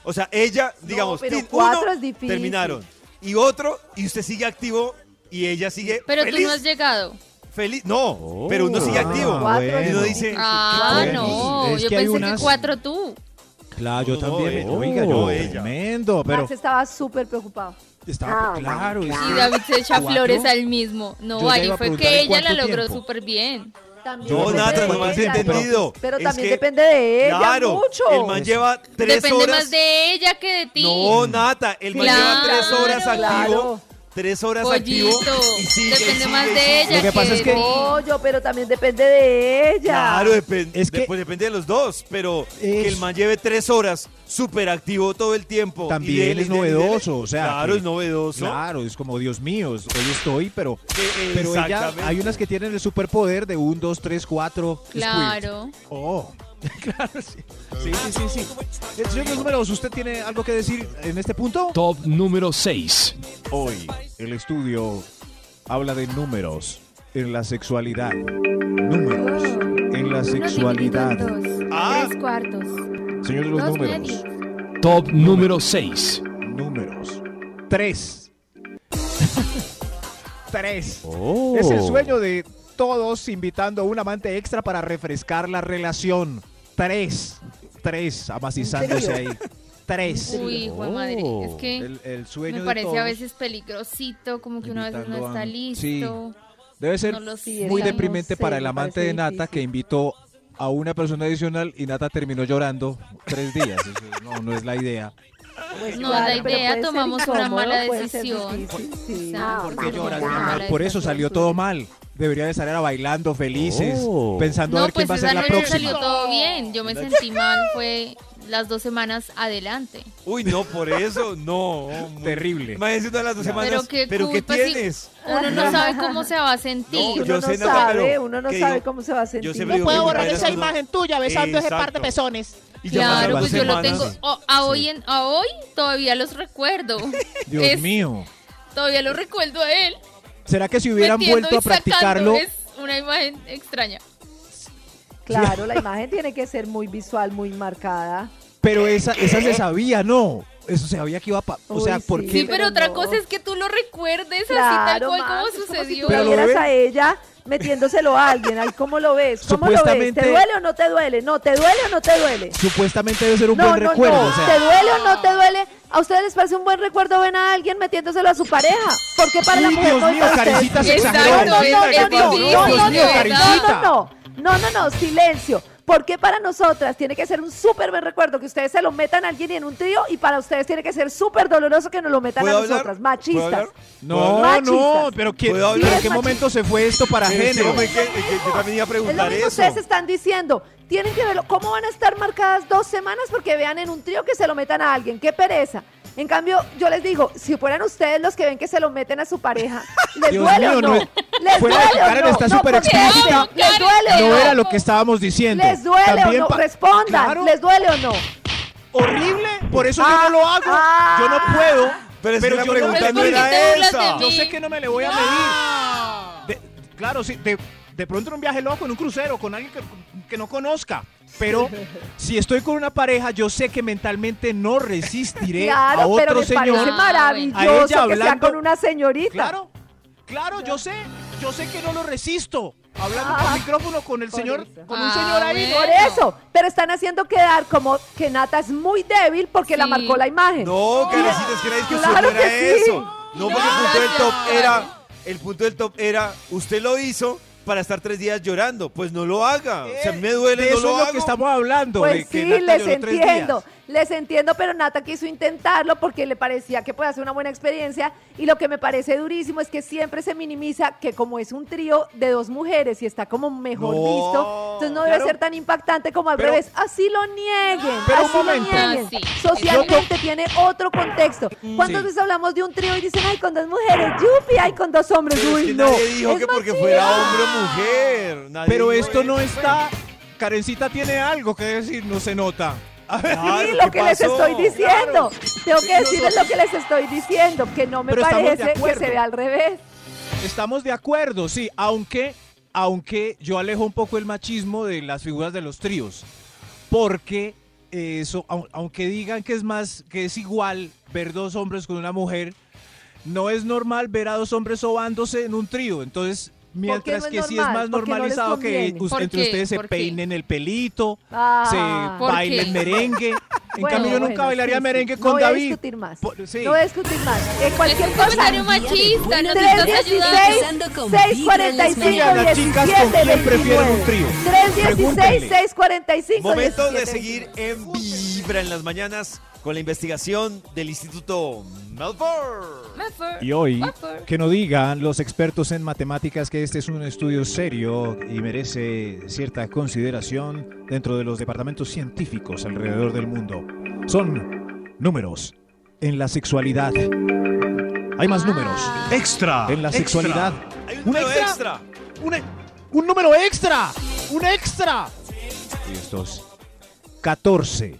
Speaker 3: O sea, ella, digamos,
Speaker 6: pero
Speaker 3: tin,
Speaker 6: cuatro
Speaker 3: uno,
Speaker 6: es difícil.
Speaker 3: terminaron. Y otro, y usted sigue activo y ella sigue
Speaker 4: Pero
Speaker 3: feliz.
Speaker 4: tú no has llegado.
Speaker 3: feliz. No, pero uno sigue
Speaker 5: Ah,
Speaker 3: activo.
Speaker 6: Cuatro
Speaker 3: Y uno
Speaker 5: bueno.
Speaker 3: dice,
Speaker 4: Ah,
Speaker 5: Bueno,
Speaker 4: no.
Speaker 5: es
Speaker 4: Yo
Speaker 5: que hay
Speaker 4: pensé
Speaker 5: unas-
Speaker 4: que cuatro tú.
Speaker 5: Claro,
Speaker 3: No, no, ella.
Speaker 5: oiga,
Speaker 3: No,
Speaker 5: yo,
Speaker 3: ella.
Speaker 5: tremendo, pero
Speaker 6: Max estaba súper preocupado.
Speaker 5: estaba claro. es
Speaker 4: ah, Y
Speaker 5: que-
Speaker 4: David se echa
Speaker 5: ¿Cuatro?
Speaker 4: flores al mismo.
Speaker 5: Yo
Speaker 4: No,
Speaker 5: ya
Speaker 4: ahí
Speaker 5: iba a
Speaker 4: fue
Speaker 5: preguntar,
Speaker 4: que
Speaker 5: ¿en
Speaker 4: ella la
Speaker 5: cuánto
Speaker 4: logró
Speaker 5: tiempo?
Speaker 4: súper bien.
Speaker 6: También
Speaker 3: no,
Speaker 5: Yo
Speaker 6: depende
Speaker 3: nada,
Speaker 6: de
Speaker 3: no me has
Speaker 6: ella,
Speaker 3: entendido.
Speaker 6: Pero
Speaker 3: Es
Speaker 6: también
Speaker 3: que,
Speaker 6: depende de ella
Speaker 3: Claro,
Speaker 6: mucho.
Speaker 3: el man lleva tres
Speaker 4: Depende
Speaker 3: horas.
Speaker 4: más de ella que de ti.
Speaker 3: No, Nata, el man lleva
Speaker 4: Claro,
Speaker 3: tres horas activo.
Speaker 6: claro.
Speaker 3: tres horas
Speaker 4: Pollito.
Speaker 3: activo y sigue,
Speaker 4: Depende
Speaker 3: sigue,
Speaker 4: más
Speaker 3: sigue.
Speaker 4: de ella.
Speaker 5: Lo que pasa es que-
Speaker 4: de ti.
Speaker 6: Pollo, pero también depende de ella.
Speaker 3: Claro, depende.
Speaker 5: Es que-
Speaker 3: pues depende de los dos, pero que
Speaker 5: Es-
Speaker 3: el man lleve tres horas súper activo todo el tiempo. y
Speaker 5: También
Speaker 3: dele,
Speaker 5: es
Speaker 3: dele, dele.
Speaker 5: novedoso, o sea,
Speaker 3: Claro,
Speaker 5: que-
Speaker 3: es novedoso.
Speaker 5: Claro, es como, Dios mío, hoy estoy, pero,
Speaker 3: Que-
Speaker 5: pero ella,
Speaker 3: exactamente.
Speaker 5: hay unas que tienen el superpoder de 1, 2, 3, 4.
Speaker 4: Claro.
Speaker 5: Oh. [laughs] claro, sí. Sí, sí, sí, sí. Eh, Señor Los Números, ¿usted tiene algo que decir en este punto?
Speaker 8: Top número 6.
Speaker 5: Hoy el estudio habla de números en la sexualidad. Números en la sexualidad.
Speaker 3: Ah.
Speaker 11: Tres cuartos.
Speaker 5: Señor de los
Speaker 11: Dos
Speaker 5: números.
Speaker 11: medios.
Speaker 8: Top número 6.
Speaker 5: Números. Tres. [laughs] Tres. Es el sueño de todos invitando a un amante extra para refrescar la relación. Tres. Tres, amacizándose ahí. Tres.
Speaker 4: Uy, hijo de madre. Es que
Speaker 5: Oh. El, el sueño
Speaker 4: me
Speaker 5: de
Speaker 4: parece a
Speaker 5: todos.
Speaker 4: veces peligrosito, como que una vez
Speaker 5: Invitando
Speaker 4: no
Speaker 5: a-
Speaker 4: está
Speaker 5: sí.
Speaker 4: listo. Pues
Speaker 5: Debe ser
Speaker 4: No lo sé.
Speaker 5: muy
Speaker 6: Digamos,
Speaker 5: deprimente
Speaker 6: sí,
Speaker 5: para el
Speaker 6: me
Speaker 5: amante
Speaker 6: parece
Speaker 5: de Nata
Speaker 6: difícil.
Speaker 5: que invitó a una persona adicional y Nata terminó llorando tres días. Eso no, no es la idea.
Speaker 6: Pues
Speaker 4: No,
Speaker 6: claro,
Speaker 4: la
Speaker 6: pero
Speaker 4: idea,
Speaker 6: puede ser
Speaker 4: tomamos una
Speaker 6: incómodo,
Speaker 4: mala
Speaker 6: puede ser
Speaker 4: decisión.
Speaker 6: difícil, sí.
Speaker 4: Ah,
Speaker 6: ¿Por
Speaker 4: porque
Speaker 6: qué
Speaker 4: lloras,
Speaker 6: lloras,
Speaker 4: mi amor?
Speaker 6: mamá?
Speaker 5: Por eso salió todo mal. Deberían estar era bailando felices,
Speaker 6: Oh.
Speaker 5: pensando a
Speaker 4: No,
Speaker 5: ver quién
Speaker 4: pues
Speaker 5: va a ser
Speaker 4: esa
Speaker 5: la
Speaker 4: noche
Speaker 5: próxima.
Speaker 4: salió todo bien. Yo me sentí mal, fue las dos semanas adelante.
Speaker 3: Uy, no, por eso, no. muy-
Speaker 5: Terrible.
Speaker 3: Imagínese una de las dos semanas.
Speaker 4: Pero qué
Speaker 3: ¿qué
Speaker 4: culpa si-
Speaker 3: tienes?
Speaker 4: Uno no sabe cómo se va a sentir.
Speaker 6: Uno
Speaker 3: yo
Speaker 6: no
Speaker 3: sé, Nata,
Speaker 6: sabe,
Speaker 3: pero
Speaker 6: uno no
Speaker 3: ¿qué
Speaker 6: sabe
Speaker 3: digo?
Speaker 6: cómo se va a sentir.
Speaker 3: siempre
Speaker 10: No
Speaker 3: digo,
Speaker 10: puedo
Speaker 3: uy,
Speaker 10: borrar
Speaker 3: bailas
Speaker 10: esa
Speaker 3: uno-
Speaker 10: imagen tuya besando ese par
Speaker 3: Exacto.
Speaker 10: de pezones.
Speaker 3: Y ya pasaron
Speaker 4: Claro,
Speaker 3: las
Speaker 4: pues yo lo
Speaker 3: semanas.
Speaker 4: tengo. o- a, hoy en- a hoy todavía los recuerdo.
Speaker 5: Dios
Speaker 4: Es-
Speaker 5: mío.
Speaker 4: Todavía lo recuerdo a él.
Speaker 5: ¿Será que si hubieran
Speaker 4: metiendo
Speaker 5: vuelto
Speaker 4: y
Speaker 5: a practicarlo?
Speaker 4: sacando. Es una imagen extraña.
Speaker 5: [laughs]
Speaker 6: Claro, la imagen tiene que ser muy visual, muy marcada.
Speaker 5: Pero esa, esa se sabía, no. Eso se sabía que iba a... pa- O
Speaker 6: Uy,
Speaker 5: sea, ¿por
Speaker 6: sí.
Speaker 5: qué?
Speaker 4: Sí, pero
Speaker 6: Pero
Speaker 4: otra
Speaker 6: no.
Speaker 4: cosa es que tú lo
Speaker 6: Pues
Speaker 4: recuerdes así tal
Speaker 6: Claro,
Speaker 4: cual
Speaker 6: Max,
Speaker 4: como
Speaker 6: es como si
Speaker 4: sucedió.
Speaker 6: tú
Speaker 5: Pero
Speaker 6: la
Speaker 5: lo
Speaker 6: vieras
Speaker 5: ve-
Speaker 6: a ella metiéndoselo a alguien. Ay, ¿Cómo lo ves? ¿Cómo lo ves?
Speaker 5: Supuestamente-
Speaker 6: ¿Te duele o no te duele? No, ¿te duele o no te duele?
Speaker 5: Supuestamente debe ser un
Speaker 6: no,
Speaker 5: buen
Speaker 6: no,
Speaker 5: recuerdo.
Speaker 6: no.
Speaker 5: o sea,
Speaker 6: ¿Te duele o no te duele? ¿A ustedes les parece un buen recuerdo ven a alguien metiéndoselo a su pareja? ¿Por qué para la
Speaker 5: Uy,
Speaker 6: mujer
Speaker 5: Dios
Speaker 6: no y
Speaker 5: mío,
Speaker 6: para ustedes?
Speaker 5: Karencita se
Speaker 4: Exacto,
Speaker 5: exageró.
Speaker 4: no, no, no,
Speaker 5: Karencita, ¿qué
Speaker 4: no,
Speaker 5: pasó?
Speaker 4: no,
Speaker 5: Dios mío,
Speaker 4: no,
Speaker 5: Karencita.
Speaker 6: No, no, no, no, silencio. ¿Por qué para nosotras tiene que ser un súper buen recuerdo que ustedes se lo metan a alguien en un trío y para ustedes tiene que ser súper doloroso que nos lo metan a
Speaker 3: ¿Puedo hablar?
Speaker 6: nosotras?
Speaker 3: ¿Puedo
Speaker 6: Machistas.
Speaker 3: hablar?
Speaker 5: No, no,
Speaker 6: Machistas.
Speaker 5: pero ¿qué,
Speaker 3: ¿Puedo
Speaker 5: ¿pero
Speaker 3: hablar?
Speaker 5: ¿en qué momento se fue esto para
Speaker 3: Sí, sí,
Speaker 5: género?
Speaker 3: hombre, que- que yo también iba a
Speaker 6: Es lo
Speaker 3: preguntar
Speaker 6: mismo
Speaker 3: eso.
Speaker 6: ustedes están diciendo. Tienen que verlo. ¿Cómo van a estar marcadas dos semanas? Porque vean en un trío que se lo metan a alguien. ¡Qué pereza! En cambio, yo les digo, si fueran ustedes los que ven que se lo meten a su pareja, ¿les
Speaker 5: Dios
Speaker 6: duele
Speaker 5: mío,
Speaker 6: o no?
Speaker 5: no es-
Speaker 6: ¿Les
Speaker 5: Fuera de que
Speaker 6: duele o
Speaker 5: Karen
Speaker 6: no?
Speaker 5: está
Speaker 6: No,
Speaker 5: súper
Speaker 6: porque-
Speaker 5: explícita.
Speaker 6: ¿Les duele o
Speaker 5: No
Speaker 6: no?
Speaker 5: era lo que estábamos diciendo.
Speaker 6: ¿Les duele o
Speaker 5: También
Speaker 6: no?
Speaker 5: pa-
Speaker 6: Respondan.
Speaker 5: Claro,
Speaker 6: ¿Les duele o no?
Speaker 5: horrible. Por eso
Speaker 6: Ah,
Speaker 5: yo no lo hago.
Speaker 6: ah.
Speaker 5: yo no puedo.
Speaker 3: Pero
Speaker 5: Pero,
Speaker 3: es que la
Speaker 5: yo,
Speaker 3: pregunta
Speaker 5: no,
Speaker 4: Pero
Speaker 3: no
Speaker 4: ¿por qué
Speaker 3: era
Speaker 4: te burlas
Speaker 3: esa.
Speaker 4: de
Speaker 5: yo
Speaker 4: mí?
Speaker 5: sé que no me le voy a medir. De- claro, sí, de, de pronto en un viaje loco, en un crucero, con alguien que, que no conozca. Pero si estoy con una pareja, yo sé que mentalmente no resistiré a
Speaker 6: [laughs] Claro, pero
Speaker 5: otro
Speaker 6: me parece
Speaker 5: señor.
Speaker 4: mal.
Speaker 5: A
Speaker 6: maravilloso
Speaker 5: ella
Speaker 6: que sea
Speaker 5: hablando-
Speaker 6: con una señorita.
Speaker 5: Claro, claro, yo sé, yo sé que no lo resisto. Hablando por micrófono con el
Speaker 6: Ah. Por
Speaker 5: señor,
Speaker 6: eso.
Speaker 5: con un señor
Speaker 4: Ah,
Speaker 5: ahí.
Speaker 6: Por
Speaker 4: Bueno.
Speaker 6: eso, pero están haciendo quedar como que Nata es muy débil porque la
Speaker 4: Sí.
Speaker 6: marcó la imagen.
Speaker 3: No, Karencita, es que la discusión
Speaker 6: Claro
Speaker 3: era
Speaker 6: que sí.
Speaker 3: eso. No, porque el punto del
Speaker 4: Gracias,
Speaker 3: top
Speaker 4: Karen.
Speaker 3: era, el punto del top era, usted lo hizo para estar tres días llorando. Pues no lo haga. Si a mí me duele,
Speaker 5: De
Speaker 3: no
Speaker 5: eso
Speaker 3: lo
Speaker 5: es lo
Speaker 3: hago.
Speaker 5: que estamos hablando. de
Speaker 6: Pues
Speaker 5: que
Speaker 6: sí,
Speaker 5: Nata
Speaker 6: les
Speaker 5: lloró tres días.
Speaker 6: entiendo, les entiendo, pero Nata quiso intentarlo porque le parecía que puede hacer una buena experiencia y lo que me parece durísimo es que siempre se minimiza que como es un trío de dos mujeres y está como mejor
Speaker 3: No,
Speaker 6: visto, entonces no
Speaker 5: claro.
Speaker 6: debe ser tan impactante como al
Speaker 5: Pero-
Speaker 6: revés. Así lo nieguen,
Speaker 5: Pero un
Speaker 6: así lo
Speaker 5: momento.
Speaker 6: nieguen.
Speaker 4: Ah, sí.
Speaker 6: Socialmente tiene otro contexto. ¿Cuántas
Speaker 5: sí.
Speaker 6: veces hablamos de un trío y dicen, ay, con dos mujeres, yupi, ay, con dos hombres,
Speaker 3: Pero es
Speaker 6: uy,
Speaker 3: que
Speaker 6: no.
Speaker 3: nadie dijo
Speaker 6: Es
Speaker 3: que porque
Speaker 6: machismo.
Speaker 3: fuera hombre o mujer. Nadie
Speaker 5: Pero
Speaker 3: dijo
Speaker 5: esto no
Speaker 3: eso.
Speaker 5: está. Karencita tiene algo que decir, no se nota. A ver,
Speaker 3: Claro,
Speaker 6: Sí, lo
Speaker 3: ¿qué
Speaker 6: que les
Speaker 3: pasó?
Speaker 6: estoy diciendo.
Speaker 3: Claro.
Speaker 6: Tengo que decirles lo que les estoy diciendo, que no me
Speaker 5: Pero estamos de
Speaker 6: parece que
Speaker 5: acuerdo.
Speaker 6: se vea al revés.
Speaker 5: Estamos de acuerdo, sí, aunque, aunque yo alejo un poco el machismo de las figuras de los tríos, porque eso, au- aunque digan que es más, que es igual ver dos hombres con una mujer, no es normal ver a dos hombres sobándose en un trío, entonces mientras
Speaker 6: no es
Speaker 5: que sí es
Speaker 6: normal?
Speaker 5: más
Speaker 6: Porque no les
Speaker 5: normalizado que
Speaker 6: conviene.
Speaker 5: us-
Speaker 4: ¿Por
Speaker 5: entre
Speaker 4: qué?
Speaker 5: ustedes se
Speaker 4: ¿Por qué?
Speaker 5: peinen el pelito,
Speaker 6: Ah.
Speaker 5: se
Speaker 4: ¿Por
Speaker 5: bailen
Speaker 4: qué?
Speaker 5: merengue. En
Speaker 6: Bueno,
Speaker 5: cambio yo nunca
Speaker 6: bueno,
Speaker 5: bailaría
Speaker 6: sí, sí.
Speaker 5: merengue
Speaker 6: No
Speaker 5: con
Speaker 6: voy a
Speaker 5: David.
Speaker 6: discutir más.
Speaker 5: Por- sí.
Speaker 6: No voy a discutir más. En cualquier
Speaker 4: Es un
Speaker 6: cosa.
Speaker 4: comentario machista, no te estás ayudando.
Speaker 6: 316-645-1729.
Speaker 5: Digan las chicas con quién prefieren un trío. Pregúntenle.
Speaker 6: 316-645-1729.
Speaker 3: Momento de seguir en Vibra en las mañanas con la investigación del Instituto Melford.
Speaker 4: Mejor.
Speaker 5: Y hoy,
Speaker 4: Mejor.
Speaker 5: que no digan los expertos en matemáticas que este es un estudio serio y merece cierta consideración dentro de los departamentos científicos alrededor del mundo. Son números en la sexualidad. Hay más números
Speaker 3: Ah,
Speaker 11: Extra.
Speaker 5: en la
Speaker 11: extra.
Speaker 5: sexualidad.
Speaker 3: Hay un número extra.
Speaker 5: Un, e- un número extra. Un extra. Y estos 14.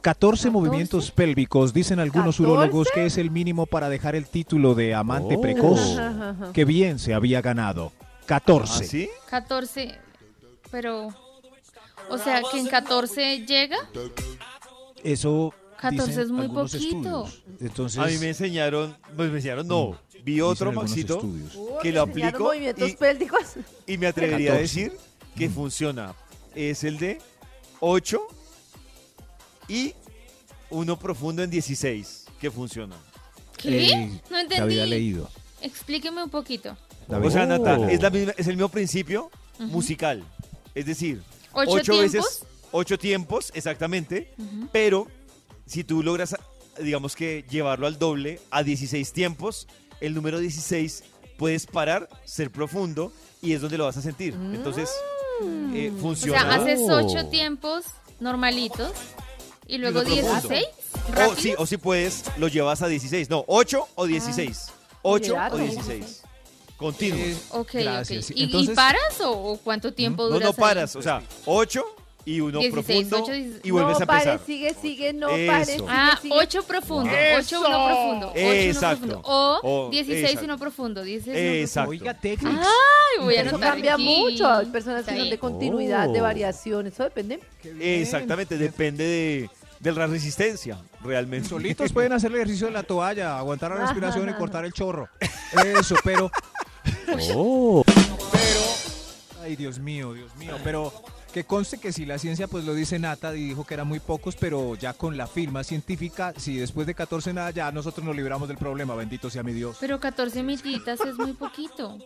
Speaker 5: 14 movimientos pélvicos, dicen algunos
Speaker 6: 14?
Speaker 5: urólogos que es el mínimo para dejar el título de amante
Speaker 3: Oh. [laughs]
Speaker 5: precoz que bien se había ganado. 14.
Speaker 3: ¿Ah, sí?
Speaker 4: 14. Pero. O sea, que en 14 llega.
Speaker 5: Eso
Speaker 4: 14
Speaker 5: dicen
Speaker 4: es muy
Speaker 5: algunos
Speaker 4: poquito.
Speaker 5: estudios. Entonces,
Speaker 3: A mí me enseñaron, pues me enseñaron, no. Vi
Speaker 5: dicen
Speaker 3: otro
Speaker 5: algunos
Speaker 3: Maxito
Speaker 5: estudios.
Speaker 3: que lo
Speaker 6: enseñaron
Speaker 3: aplico
Speaker 6: movimientos
Speaker 3: y-
Speaker 6: pélvicos.
Speaker 3: y me atrevería a
Speaker 5: 14.
Speaker 3: decir
Speaker 5: Mm.
Speaker 3: que funciona. Es el de 8 y uno profundo en 16 que funciona.
Speaker 4: ¿Qué?
Speaker 5: Eh,
Speaker 4: no
Speaker 5: David ha
Speaker 4: entendí.
Speaker 5: leído.
Speaker 4: Explíqueme un poquito.
Speaker 5: David.
Speaker 3: O sea, Natal,
Speaker 5: Oh.
Speaker 3: es, la misma- es el mismo principio
Speaker 4: Ujú.
Speaker 3: musical. Es decir,
Speaker 4: ¿Ocho,
Speaker 3: 8
Speaker 4: tiempos?
Speaker 3: veces, 8 tiempos, exactamente.
Speaker 4: Ujú.
Speaker 3: Pero si tú logras, digamos que llevarlo al doble, a 16 tiempos, el número 16 puedes parar, ser profundo y es donde lo vas a sentir. Entonces, eh,
Speaker 4: Mm. O sea,
Speaker 3: funciona.
Speaker 4: haces 8 tiempos normalitos y luego
Speaker 3: otro punto.
Speaker 4: 16.
Speaker 3: O Oh, sí, o si puedes, lo llevas a 16. No, 8 o
Speaker 4: Ah.
Speaker 3: 16. 8 o 16. Continuo.
Speaker 5: Eh,
Speaker 4: Ok,
Speaker 5: Gracias.
Speaker 4: ok. ¿Y, y
Speaker 5: Entonces-
Speaker 4: paras o, o cuánto tiempo
Speaker 3: No,
Speaker 4: duras?
Speaker 3: no
Speaker 4: ahí?
Speaker 3: paras. O sea, 8 y uno
Speaker 4: 16,
Speaker 3: profundo
Speaker 4: ocho, 16.
Speaker 3: y vuelves
Speaker 6: no
Speaker 3: a empezar.
Speaker 6: pare, sigue, sigue, no
Speaker 3: Eso.
Speaker 6: pare, sigue,
Speaker 4: Ah,
Speaker 6: sigue.
Speaker 4: 8 profundo, 8 uno profundo, 8
Speaker 3: Exacto.
Speaker 4: uno profundo. O
Speaker 3: O-
Speaker 4: 16
Speaker 3: exacto. Eh,
Speaker 4: uno profundo, 16 uno
Speaker 3: Exacto.
Speaker 5: Oiga,
Speaker 4: Ah.
Speaker 5: Technics.
Speaker 4: profundo. Ay, voy a
Speaker 6: Eso
Speaker 4: anotar
Speaker 6: cambia
Speaker 4: aquí.
Speaker 6: mucho. Hay personas
Speaker 4: Está
Speaker 6: que son
Speaker 4: bien.
Speaker 6: de continuidad, de
Speaker 11: Oh.
Speaker 6: variación. Eso depende.
Speaker 5: Qué bien.
Speaker 3: Exactamente, depende de, de la resistencia, realmente. [laughs]
Speaker 5: Solitos pueden hacer el ejercicio de la toalla, aguantar la respiración y cortar el chorro. Eso,
Speaker 4: [laughs]
Speaker 5: pero. Pero. Ay, Dios mío, Dios mío. Pero que conste que si la ciencia pues lo dice Nata y dijo que eran muy pocos, pero ya con la firma científica, si después de 14 nada ya nosotros nos libramos del problema, bendito sea mi Dios.
Speaker 4: Pero 14 mititas es muy poquito.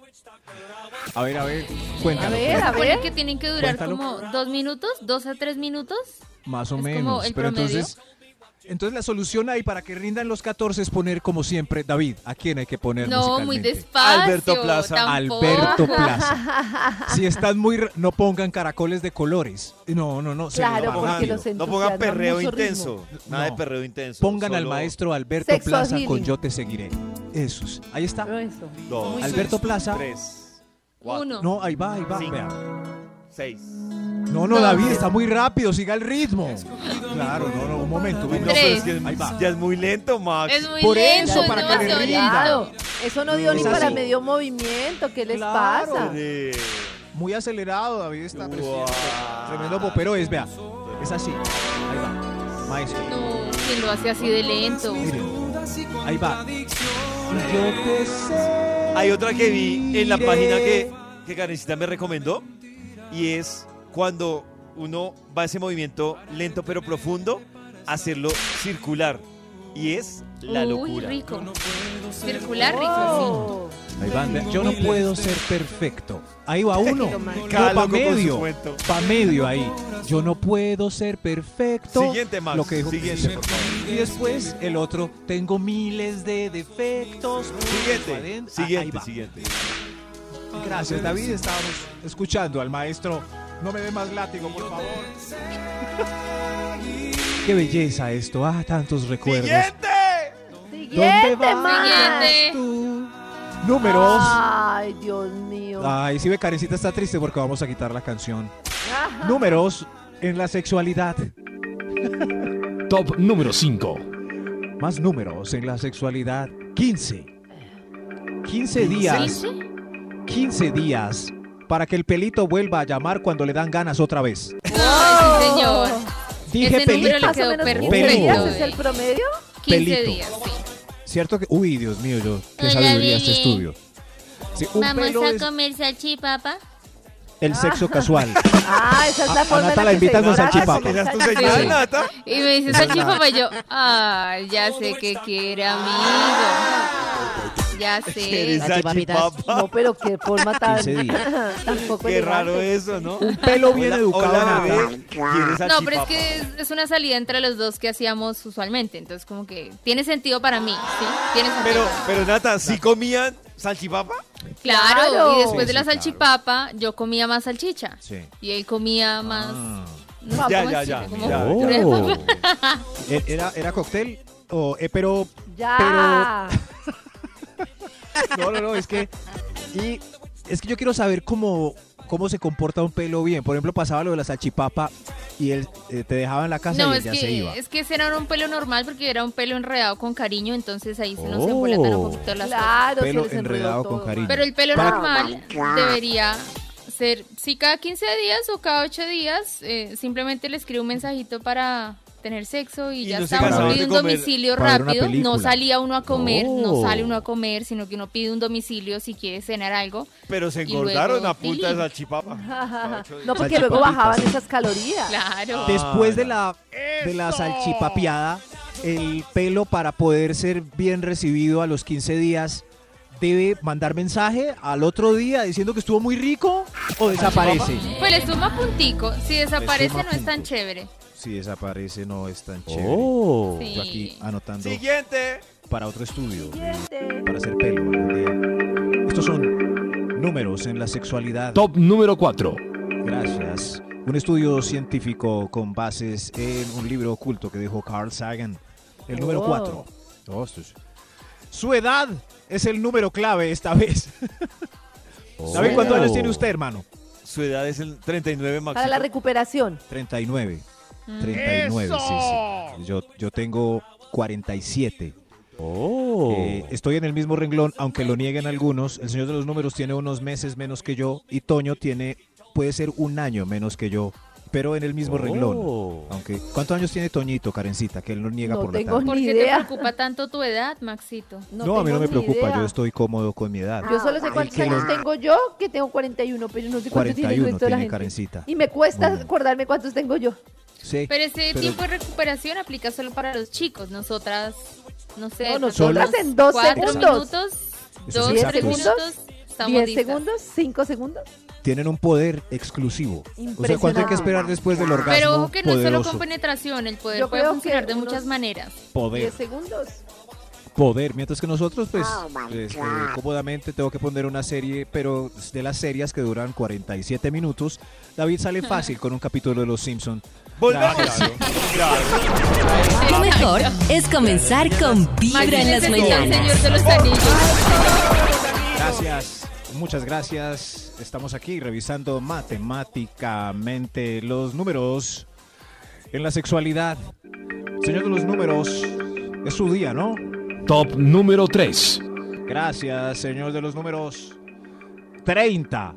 Speaker 5: A ver, a ver, cuéntalo.
Speaker 6: A
Speaker 5: pues,
Speaker 6: ver, a
Speaker 4: Supone
Speaker 6: ver.
Speaker 4: que tienen que durar
Speaker 5: Cuéntalo.
Speaker 4: como 2 minutos, 2 a 3 minutos.
Speaker 5: Más o
Speaker 4: es como
Speaker 5: menos.
Speaker 4: el
Speaker 5: pero
Speaker 4: promedio.
Speaker 5: entonces. Entonces la solución ahí para que rindan los 14 es poner como siempre, David, ¿a quién hay que poner
Speaker 4: No, muy
Speaker 5: musicalmente?
Speaker 4: despacio.
Speaker 3: Alberto Plaza.
Speaker 4: tampoco.
Speaker 5: Alberto Plaza. Si están muy... r- No pongan caracoles de colores. No, no, no. se
Speaker 6: Claro,
Speaker 5: les
Speaker 3: no
Speaker 5: va
Speaker 3: pongan,
Speaker 6: porque
Speaker 5: rápido.
Speaker 6: los
Speaker 3: no
Speaker 6: entusiasma
Speaker 3: pongan perreo
Speaker 6: mucho ritmo.
Speaker 3: intenso. Nada
Speaker 5: No.
Speaker 3: de perreo intenso.
Speaker 5: Pongan al
Speaker 3: solo-
Speaker 5: maestro Alberto
Speaker 6: Sexual
Speaker 5: Plaza
Speaker 6: healing.
Speaker 5: con Yo Te Seguiré. Esos. Ahí está.
Speaker 6: Eso.
Speaker 3: Dos,
Speaker 5: Alberto Plaza.
Speaker 3: tres, cuatro,
Speaker 4: Uno.
Speaker 5: No, ahí va, ahí va.
Speaker 3: Sí.
Speaker 5: vea.
Speaker 3: seis.
Speaker 5: No, no, David, está muy rápido. Siga el ritmo. Claro, no, no, un momento.
Speaker 3: Uy, no,
Speaker 5: un momento.
Speaker 3: pero es
Speaker 4: Tres.
Speaker 3: que
Speaker 5: Ahí va.
Speaker 3: ya es muy lento, Max.
Speaker 4: Es muy
Speaker 5: Por
Speaker 4: lento,
Speaker 5: eso,
Speaker 4: es
Speaker 5: para que le
Speaker 4: demasiado
Speaker 5: rinda.
Speaker 4: lento.
Speaker 6: Claro, eso no dio ni
Speaker 5: Es
Speaker 6: para
Speaker 5: así.
Speaker 6: medio movimiento. ¿Qué les
Speaker 5: Claro.
Speaker 6: pasa?
Speaker 3: Tres.
Speaker 5: Muy acelerado, David está
Speaker 3: Wow.
Speaker 5: Tremendo popero es, vea. Es así. Ahí va. Maestro.
Speaker 4: No, ¿quién lo hace así de lento?
Speaker 5: Miren. Ahí va. Yo te sé.
Speaker 3: Hay otra que vi en la página que, que Karencita me recomendó y es cuando uno va a ese movimiento lento pero profundo, hacerlo circular. Y es la
Speaker 4: Uy,
Speaker 3: locura.
Speaker 4: rico. Circular rico,
Speaker 6: Oh.
Speaker 5: Ahí van, vean. Yo no puedo ser perfecto. Ahí va uno.
Speaker 3: Cada
Speaker 5: No, pa'
Speaker 3: loco con su
Speaker 5: medio.
Speaker 3: cuento.
Speaker 5: Pa' medio ahí. Yo no puedo ser perfecto.
Speaker 3: Siguiente, Max.
Speaker 5: Lo que dijo
Speaker 3: Siguiente,
Speaker 5: Cristian.
Speaker 3: por favor.
Speaker 5: Y después el otro. Tengo miles de defectos. Pa'
Speaker 3: Siguiente,
Speaker 5: adentro. Ah, ahí
Speaker 3: siguiente,
Speaker 5: va.
Speaker 3: siguiente.
Speaker 5: Gracias, David. Estábamos escuchando al maestro. No me dé más látigo, por favor. [laughs] Qué belleza esto. Ah, tantos recuerdos.
Speaker 3: ¡Siguiente!
Speaker 6: Siguiente,
Speaker 5: vas?
Speaker 6: Max.
Speaker 4: Siguiente. Ah,
Speaker 5: Tú. Números.
Speaker 6: Ay, Dios mío.
Speaker 5: Ay, si ve, Karencita está triste porque vamos a quitar la canción.
Speaker 6: Ajá.
Speaker 5: Números en la sexualidad.
Speaker 8: Top número 5.
Speaker 5: Más números en la sexualidad. 15. 15 días.
Speaker 4: sí.
Speaker 5: 15 días para que el pelito vuelva a llamar cuando le dan ganas otra vez.
Speaker 4: sí. Ay, sí, señor.
Speaker 5: Dije
Speaker 4: Ese número
Speaker 5: pelito.
Speaker 4: le
Speaker 6: Más o
Speaker 4: quedó
Speaker 6: menos 15
Speaker 5: perfecto,
Speaker 6: días es
Speaker 4: eh.
Speaker 6: el promedio.
Speaker 4: 15
Speaker 5: Pelito.
Speaker 4: días, sí.
Speaker 5: ¿Cierto que? Uy, Dios mío, yo. Qué
Speaker 4: Hola,
Speaker 5: sabiduría
Speaker 4: bebé.
Speaker 5: este estudio. Sí, un pelo es
Speaker 4: comer salchipapa.
Speaker 5: el
Speaker 4: [laughs]
Speaker 5: sexo casual.
Speaker 6: Ah, esa es
Speaker 5: A-
Speaker 6: la
Speaker 5: a
Speaker 6: forma en
Speaker 5: Nata
Speaker 6: la
Speaker 5: la
Speaker 6: que
Speaker 5: invitan
Speaker 6: se
Speaker 5: con
Speaker 6: disfraza,
Speaker 5: salchipapa.
Speaker 6: con
Speaker 5: ¿Le
Speaker 3: das tu
Speaker 6: salchipapa.
Speaker 3: señal,
Speaker 4: Sí.
Speaker 3: Nata?
Speaker 4: Y me dice
Speaker 5: Esa es
Speaker 4: salchipapa y yo, ay, ya sé que quiere amigo.
Speaker 5: [laughs]
Speaker 4: Ya sé.
Speaker 3: Eres
Speaker 11: Las chimamitas.
Speaker 3: achipapa. [laughs]
Speaker 6: No, pero qué forma tan,
Speaker 5: 15
Speaker 6: [laughs] tan poco
Speaker 3: Qué
Speaker 6: elegante.
Speaker 3: raro eh. eso, ¿no? Un
Speaker 5: pelo bien educado,
Speaker 3: Hola,
Speaker 5: Nata.
Speaker 3: bebé. ¿Quieres
Speaker 4: No, pero es
Speaker 3: achipapa?
Speaker 4: que es, es una salida entre los dos que hacíamos usualmente. Entonces, como que tiene sentido para mí, ¿sí? Tiene sentido.
Speaker 3: Pero, pero Nata, ¿sí comían salchipapa?
Speaker 4: claro,
Speaker 6: Claro.
Speaker 4: y después
Speaker 5: Sí,
Speaker 4: de la
Speaker 5: sí, claro.
Speaker 4: salchipapa, yo comía más salchicha.
Speaker 5: Sí.
Speaker 4: Y él comía
Speaker 5: Ah.
Speaker 4: más. no sé
Speaker 3: Ya,
Speaker 4: cómo
Speaker 3: ya,
Speaker 4: decirlo,
Speaker 3: ya,
Speaker 4: como-
Speaker 3: ya,
Speaker 9: E- ¿Era, era cóctel? O, eh, pero,
Speaker 6: Ya.
Speaker 5: No, no, no, es que. Y es que yo quiero saber cómo, cómo se comporta un pelo bien. Por ejemplo, pasaba lo de la salchipapa y él eh, te dejaba en la casa
Speaker 4: No,
Speaker 5: y él
Speaker 4: es
Speaker 5: ya se iba.
Speaker 4: que, es que ese era un pelo normal porque era un pelo enredado con cariño, entonces ahí se nos
Speaker 5: Oh.
Speaker 4: embolatan un poquito las cosas.
Speaker 6: Claro, se
Speaker 5: Pelo
Speaker 6: les enredó
Speaker 5: enredado
Speaker 6: todo,
Speaker 5: con cariño.
Speaker 4: Pero el pelo
Speaker 5: Para-
Speaker 4: normal debería ser, si cada 15 días o cada 8 días, eh, simplemente le escribe un mensajito para tener sexo y,
Speaker 3: Y
Speaker 4: ya
Speaker 3: no se
Speaker 4: está. Uno
Speaker 5: cansaban
Speaker 4: pide
Speaker 3: de
Speaker 4: un
Speaker 3: comer.
Speaker 4: domicilio
Speaker 5: Para ver una
Speaker 4: rápido, no
Speaker 5: película.
Speaker 4: salía uno a comer, no
Speaker 5: Oh.
Speaker 4: sale uno a comer, sino que uno pide un domicilio si quiere cenar algo.
Speaker 3: Pero se
Speaker 4: Y luego,
Speaker 3: engordaron a punta de
Speaker 4: tilín.
Speaker 3: salchipapa.
Speaker 6: man.
Speaker 3: Ocho días.
Speaker 6: No, porque luego
Speaker 5: Salchipapitas.
Speaker 6: bajaban esas calorías.
Speaker 4: Claro.
Speaker 5: Después
Speaker 3: Ah,
Speaker 5: de
Speaker 3: ya.
Speaker 5: la, de la salchipapiada, el pelo para poder ser bien recibido a los 15 días debe mandar mensaje al otro día diciendo que estuvo muy rico o desaparece.
Speaker 4: Pues le suma puntico, si desaparece no es tan chévere.
Speaker 5: Si desaparece no es tan
Speaker 9: Oh.
Speaker 4: Sí.
Speaker 5: Yo aquí anotando
Speaker 3: Siguiente.
Speaker 5: para otro estudio, eh,
Speaker 6: Siguiente.
Speaker 5: para hacer pelo algún día. Estos son números en la sexualidad.
Speaker 8: Top número 4.
Speaker 5: Gracias. Un estudio científico con bases en un libro oculto que dejó Carl Sagan. El número
Speaker 6: Oh.
Speaker 5: 4. Su edad es el número clave esta vez. ¿Sabe cuántos años tiene usted, hermano?
Speaker 3: Su edad es el 39 máximo.
Speaker 6: Para la recuperación.
Speaker 5: 39. 39, sí, sí. Yo, yo tengo 47. Eh, estoy en el mismo renglón, aunque lo nieguen algunos. El señor de los números tiene unos meses menos que yo y Toño tiene, puede ser un año menos que yo, pero en el
Speaker 8: Oh.
Speaker 5: mismo renglón. Aunque, ¿cuántos años tiene Toñito, Karencita? Que él lo niega
Speaker 6: No
Speaker 5: por la
Speaker 6: tengo
Speaker 5: tarde.
Speaker 6: ni
Speaker 4: ¿Por qué
Speaker 6: idea.
Speaker 4: te preocupa tanto tu edad, Maxito?
Speaker 5: No,
Speaker 6: No,
Speaker 5: a mí no
Speaker 6: tengo
Speaker 5: me
Speaker 6: ni
Speaker 5: preocupa,
Speaker 6: idea. Ah,
Speaker 5: yo estoy cómodo con mi edad.
Speaker 6: Yo solo sé
Speaker 5: El
Speaker 6: cuántos
Speaker 5: que
Speaker 6: años
Speaker 5: no-
Speaker 6: tengo yo, que tengo 41, pero pues no sé cuántos tiene el
Speaker 5: 41
Speaker 6: resto de la
Speaker 5: tiene
Speaker 6: gente.
Speaker 5: Karencita.
Speaker 6: Y me cuesta
Speaker 5: Muy bien.
Speaker 6: acordarme cuántos tengo yo.
Speaker 5: Sí.
Speaker 4: Pero ese
Speaker 5: Eh, Pero-
Speaker 4: tiempo de recuperación aplica solo para los chicos. Nosotras, no sé,
Speaker 6: No,
Speaker 4: nosotros
Speaker 5: nosotras
Speaker 6: en dos
Speaker 4: cuatro
Speaker 6: segundos.
Speaker 4: minutos,
Speaker 5: Eso
Speaker 4: dos,
Speaker 5: es
Speaker 4: tres
Speaker 5: exacto.
Speaker 4: minutos, estamos
Speaker 6: 10
Speaker 4: listas.
Speaker 6: segundos, 5 segundos.
Speaker 5: Tienen un poder exclusivo. O sea, ¿cuánto hay que
Speaker 6: Impresionante.
Speaker 5: esperar después del orgasmo
Speaker 4: Pero ojo que no es solo
Speaker 5: poderoso?
Speaker 4: con penetración, el poder
Speaker 6: Yo
Speaker 4: puede
Speaker 6: creo que
Speaker 4: funcionar de
Speaker 6: unos-
Speaker 4: muchas maneras.
Speaker 5: Poder.
Speaker 6: 10 segundos.
Speaker 5: poder, mientras que nosotros pues,
Speaker 6: Oh,
Speaker 5: este, cómodamente tengo que poner una serie, pero de las series que duran 47 minutos, David
Speaker 6: [laughs]
Speaker 5: sale fácil con un capítulo de Los Simpson.
Speaker 3: Volvemos. [laughs]
Speaker 6: Ah,
Speaker 2: Lo mejor es comenzar con Vibra en las
Speaker 4: Imagínense que sea el
Speaker 2: mañanas.
Speaker 4: Señor de los Anillos.
Speaker 5: Gracias, muchas gracias. Estamos aquí revisando matemáticamente los números en la sexualidad. Señor de los números, es su día, ¿no?
Speaker 8: Top número 3.
Speaker 5: Gracias, señor de los números. 30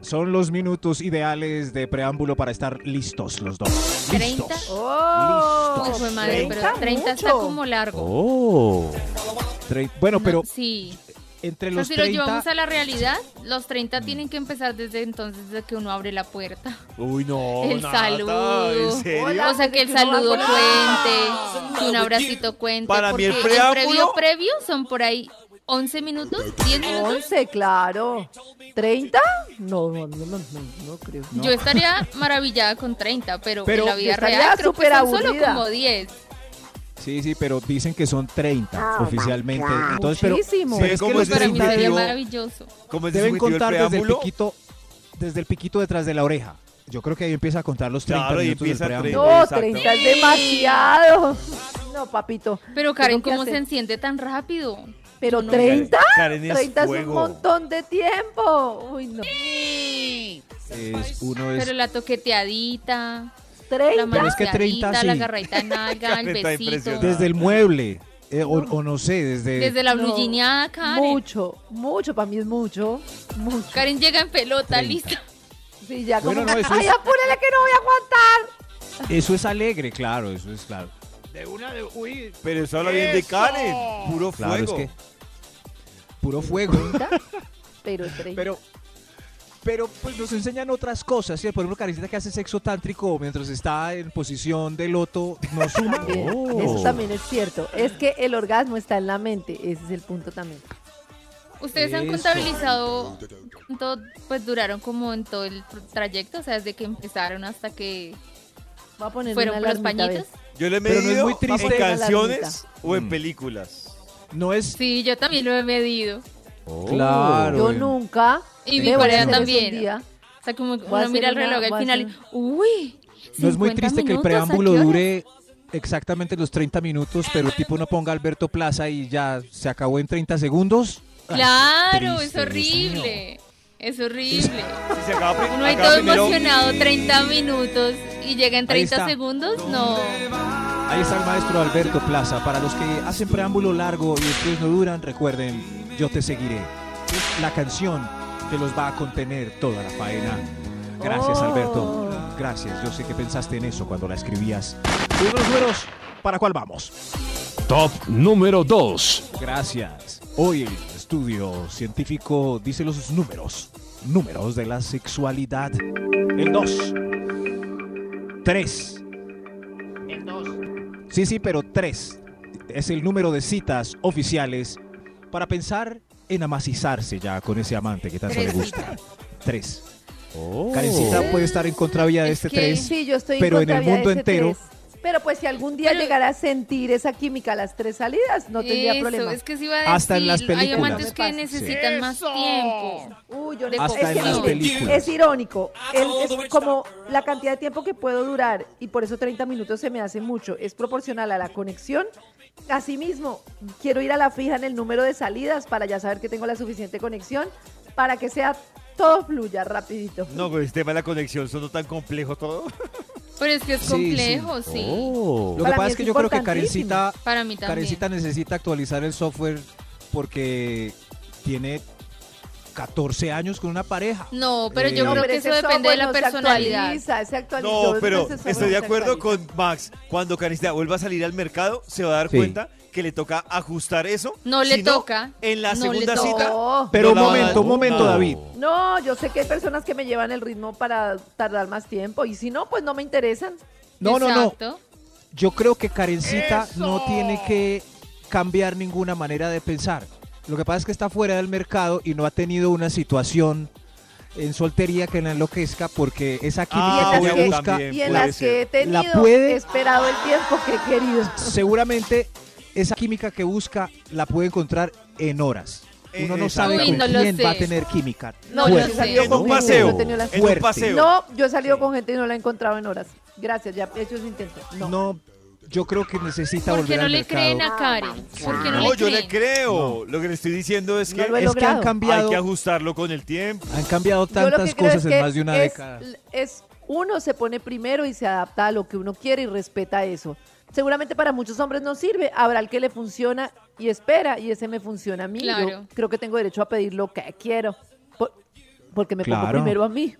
Speaker 5: son los minutos ideales de preámbulo para estar listos los dos.
Speaker 4: ¿Treinta?
Speaker 5: Listos.
Speaker 6: ¡Oh!
Speaker 4: Uy, fue madre, pero 30 está
Speaker 6: mucho.
Speaker 4: como largo.
Speaker 5: Tre- Bueno,
Speaker 4: No,
Speaker 5: pero
Speaker 4: sí.
Speaker 5: entre
Speaker 4: O sea,
Speaker 5: los
Speaker 4: si lo
Speaker 5: 30...
Speaker 4: llevamos a la realidad, los 30 tienen que empezar desde entonces, desde que uno abre la puerta.
Speaker 3: Uy, no.
Speaker 4: El
Speaker 3: Nata,
Speaker 4: saludo.
Speaker 3: ¿En serio?
Speaker 6: Hola.
Speaker 4: O sea, que el
Speaker 6: Desde que Ah. uno
Speaker 4: saludo
Speaker 6: va
Speaker 4: cuente, que un abracito cuente.
Speaker 3: Para mí
Speaker 4: porque
Speaker 3: el
Speaker 4: el
Speaker 3: preámbulo-
Speaker 4: previo previo son por ahí 11 minutos, 10 minutos.
Speaker 6: 11, claro. ¿30? No, no, no, no, no creo.
Speaker 4: Yo estaría maravillada con 30, pero,
Speaker 5: Pero
Speaker 4: en la vida
Speaker 6: yo estaría
Speaker 4: real creo que son solo
Speaker 6: superaburrida.
Speaker 4: como 10.
Speaker 5: Sí, sí, pero dicen que son 30 oficialmente. Entonces, pero,
Speaker 6: Muchísimo.
Speaker 5: pero es
Speaker 3: Sí,
Speaker 5: que
Speaker 3: ¿cómo
Speaker 6: Pues
Speaker 5: los
Speaker 3: es
Speaker 4: Para mí sería
Speaker 5: 30
Speaker 3: definitivo?
Speaker 4: maravilloso.
Speaker 3: ¿Cómo es
Speaker 5: deben
Speaker 3: discutido
Speaker 5: contar
Speaker 3: Pues el
Speaker 5: desde el
Speaker 3: preámbulo?
Speaker 5: piquito, desde el piquito detrás de la oreja. Yo creo que ahí empieza a contar los 30
Speaker 3: Claro, ahí
Speaker 5: minutos del
Speaker 3: empieza
Speaker 5: preámbulo.
Speaker 6: No,
Speaker 3: Exacto.
Speaker 6: 30 es demasiado. No, papito.
Speaker 4: Pero Karen,
Speaker 6: Tengo que
Speaker 4: ¿cómo
Speaker 6: hacer-
Speaker 4: se enciende tan rápido?
Speaker 6: ¿Pero
Speaker 4: No,
Speaker 6: 30?
Speaker 3: Karen es
Speaker 6: 30 es un
Speaker 3: fuego.
Speaker 6: montón de tiempo. Uy, no.
Speaker 5: Es, uno
Speaker 3: Pues
Speaker 5: es
Speaker 4: Pero la toqueteadita, la
Speaker 6: 30.
Speaker 5: Pero es que 30
Speaker 4: manoseadita, la
Speaker 3: [laughs]
Speaker 5: sí.
Speaker 4: agarradita en nalga, el
Speaker 3: Karen está
Speaker 4: besito.
Speaker 3: impresionada.
Speaker 5: desde el mueble, eh, o, o no sé, desde...
Speaker 4: Desde la
Speaker 6: No.
Speaker 4: blujineada, Karen.
Speaker 6: Mucho, mucho, para mí es mucho. Mucho.
Speaker 4: Karen llega en pelota, lista.
Speaker 6: Sí, ya como,
Speaker 5: Bueno, no, eso
Speaker 6: ¡Ay,
Speaker 5: es-
Speaker 6: apúrale que no voy a aguantar!
Speaker 5: Eso es alegre, claro, eso es claro.
Speaker 3: Pero eso habla bien de Karen. Puro
Speaker 5: Claro,
Speaker 3: fuego.
Speaker 5: es que... Puro fuego.
Speaker 4: [laughs]
Speaker 6: Pero 30.
Speaker 5: Pero, pero pues nos enseñan otras cosas, ¿sí? Por ejemplo, Karencita que hace sexo tántrico mientras está en posición de loto, no suma. Oh.
Speaker 6: Bien, Eso también es cierto. Es que el orgasmo está en la mente. Ese es el punto también.
Speaker 4: ¿Ustedes han
Speaker 5: Eso.
Speaker 4: contabilizado cuánto pues, duraron como en todo el tr- trayecto? O sea, desde que empezaron hasta que
Speaker 6: Va a poner
Speaker 4: fueron
Speaker 6: una
Speaker 4: por los
Speaker 6: alarmita, a ver.
Speaker 4: pañitos.
Speaker 3: Yo le he
Speaker 5: Pero no es
Speaker 3: medido
Speaker 5: muy triste.
Speaker 3: en canciones
Speaker 6: Alarmita.
Speaker 3: o en
Speaker 5: Mm.
Speaker 3: películas.
Speaker 5: No es
Speaker 4: Sí, yo también lo he medido.
Speaker 5: Oh. claro. eh.
Speaker 6: Yo
Speaker 5: en-
Speaker 6: nunca.
Speaker 4: Y mi
Speaker 6: debo
Speaker 4: pareja
Speaker 6: hacer eso un
Speaker 4: también.
Speaker 6: día.
Speaker 4: O sea, como
Speaker 6: a
Speaker 4: uno
Speaker 6: hacer
Speaker 4: mira el
Speaker 6: una-
Speaker 4: reloj
Speaker 6: voy
Speaker 4: al
Speaker 6: a
Speaker 4: final.
Speaker 6: hacer-
Speaker 4: ¡Uy!
Speaker 5: No es muy
Speaker 4: 50
Speaker 5: triste que
Speaker 4: minutos,
Speaker 5: el
Speaker 4: ¿a
Speaker 5: preámbulo
Speaker 4: qué hora?
Speaker 5: dure exactamente los 30 minutos, pero el tipo no ponga Alberto Plaza y ya se acabó en 30 segundos. Ay, qué
Speaker 4: Claro, es
Speaker 5: triste, Dios mío.
Speaker 4: horrible. Es horrible.
Speaker 3: Si se acaba, pri-
Speaker 4: Uno ahí
Speaker 3: acaba
Speaker 4: todo
Speaker 3: primero-
Speaker 4: emocionado, 30 minutos y llega en
Speaker 5: Ahí
Speaker 4: 30
Speaker 5: está.
Speaker 4: segundos. No.
Speaker 5: Ahí está el maestro Alberto Plaza. Para los que hacen preámbulo largo y ustedes no duran, recuerden, yo te seguiré. Es la canción que los va a contener toda la faena. Gracias,
Speaker 6: Oh.
Speaker 5: Alberto. Gracias. Yo sé que pensaste en eso cuando la escribías. Números, números, ¿para cuál vamos?
Speaker 8: Top número 2.
Speaker 5: Gracias. Hoy el estudio científico dice los números. Números de la sexualidad. El 2. 3.
Speaker 10: El 2.
Speaker 5: Sí, sí, pero 3. Es el número de citas oficiales para pensar en amacizarse ya con ese amante que tanto le gusta. 3. Oh. Karencita puede estar en contravía de
Speaker 4: Es
Speaker 5: este
Speaker 4: que-
Speaker 5: 3.
Speaker 6: Sí, yo estoy
Speaker 5: Pero en
Speaker 6: contra
Speaker 5: el
Speaker 6: vía
Speaker 5: mundo
Speaker 6: ese
Speaker 5: entero.
Speaker 6: tres. Pero pues si algún día
Speaker 4: Pero-
Speaker 6: llegara a sentir esa química a las tres salidas, no tendría
Speaker 4: Eso,
Speaker 6: problema.
Speaker 4: es que sí iba a decir.
Speaker 5: Hasta en las
Speaker 4: Hay
Speaker 5: películas.
Speaker 4: amantes que
Speaker 6: Sí.
Speaker 4: necesitan más
Speaker 10: ¡Eso!
Speaker 4: tiempo.
Speaker 6: Uy, yo
Speaker 4: de
Speaker 6: no-
Speaker 5: Hasta
Speaker 6: es
Speaker 5: en
Speaker 6: que
Speaker 5: las
Speaker 6: mire,
Speaker 5: películas.
Speaker 6: Es irónico. El- es como la cantidad de tiempo que puedo durar y por eso 30 minutos se me hace mucho. Es proporcional a la conexión. Asimismo, quiero ir a la fija en el número de salidas para ya saber que tengo la suficiente conexión para que sea todo fluya rapidito.
Speaker 3: No, con el tema de la conexión, sonó tan complejo todo.
Speaker 4: Pero es que es
Speaker 5: Sí, sí.
Speaker 4: complejo, sí.
Speaker 5: Lo que
Speaker 6: Para
Speaker 5: pasa
Speaker 6: mí
Speaker 5: es que
Speaker 6: es
Speaker 5: yo creo que
Speaker 6: importantísimo.
Speaker 5: Karencita
Speaker 4: Para mí también.
Speaker 5: Karencita necesita actualizar el software porque tiene 14 años con una pareja.
Speaker 4: No, pero yo
Speaker 5: No,
Speaker 4: creo
Speaker 5: pero
Speaker 4: que
Speaker 6: ese
Speaker 4: eso depende de
Speaker 6: software
Speaker 4: la
Speaker 6: no se
Speaker 4: personalidad.
Speaker 6: actualiza, se actualizó,
Speaker 3: No, pero
Speaker 6: ese software
Speaker 3: estoy
Speaker 6: no
Speaker 3: de
Speaker 6: se
Speaker 3: acuerdo
Speaker 6: actualiza.
Speaker 3: con Max. Cuando Karencita vuelva a salir al mercado, se va a dar
Speaker 5: Sí.
Speaker 3: cuenta que le toca ajustar eso.
Speaker 4: No le
Speaker 3: Si
Speaker 4: toca,
Speaker 3: En la
Speaker 4: no le
Speaker 3: segunda
Speaker 4: toca.
Speaker 3: cita.
Speaker 6: No.
Speaker 3: no
Speaker 5: Pero un
Speaker 3: la van a-
Speaker 5: momento, un momento,
Speaker 3: No.
Speaker 5: David.
Speaker 6: No, yo sé que hay personas que me llevan el ritmo para tardar más tiempo y si no, pues no me interesan.
Speaker 5: No, no, no.
Speaker 4: Exacto.
Speaker 5: Yo creo que Karencita no
Speaker 10: ¡Eso!
Speaker 5: tiene que cambiar ninguna manera de pensar. Lo que pasa es que está fuera del mercado y no ha tenido una situación en soltería que la enloquezca porque esa
Speaker 3: Ah,
Speaker 5: química que
Speaker 6: bueno,
Speaker 5: ella busca
Speaker 3: también.
Speaker 6: Y en
Speaker 3: puede
Speaker 6: las
Speaker 3: ser.
Speaker 6: que he tenido,
Speaker 5: La puede-
Speaker 6: he esperado el tiempo que he querido.
Speaker 5: seguramente esa química que busca la puede encontrar en horas. Uno no
Speaker 3: Exacto.
Speaker 5: sabe
Speaker 4: Uy,
Speaker 5: con
Speaker 4: no lo
Speaker 5: quién
Speaker 4: sé.
Speaker 5: va a tener química.
Speaker 6: No,
Speaker 4: No,
Speaker 6: yo
Speaker 4: lo
Speaker 6: he
Speaker 4: sé.
Speaker 6: salido
Speaker 3: En
Speaker 6: con
Speaker 3: un
Speaker 6: gente,
Speaker 3: paseo.
Speaker 6: no he tenido la
Speaker 3: En
Speaker 5: Fuerte.
Speaker 3: un paseo.
Speaker 6: No, yo he salido con gente y no la he encontrado en horas. Gracias, ya he hecho ese intento. No.
Speaker 5: No. yo creo que necesita
Speaker 4: ¿Por qué
Speaker 5: volver
Speaker 4: no
Speaker 5: al
Speaker 4: le
Speaker 5: mercado.
Speaker 4: creen a
Speaker 6: Ah,
Speaker 4: Karen? ¿Por qué no,
Speaker 3: No,
Speaker 4: le
Speaker 3: yo
Speaker 4: creen?
Speaker 3: le creo. Lo que le estoy diciendo es
Speaker 6: No
Speaker 3: que
Speaker 6: lo he
Speaker 5: es que han
Speaker 6: logrado.
Speaker 5: cambiado,
Speaker 3: hay que ajustarlo con el tiempo.
Speaker 5: han cambiado
Speaker 6: Yo lo
Speaker 5: tantas
Speaker 6: que creo
Speaker 5: cosas
Speaker 6: es que
Speaker 5: en más de una
Speaker 6: es-
Speaker 5: década.
Speaker 6: es uno se pone primero y se adapta a lo que uno quiere y respeta eso. Seguramente para muchos hombres no sirve, habrá el que le funciona y espera y ese me funciona a mí. Yo
Speaker 4: Claro.
Speaker 6: creo que tengo derecho a pedir lo que quiero. por- porque me pongo
Speaker 5: Claro.
Speaker 6: primero a mí.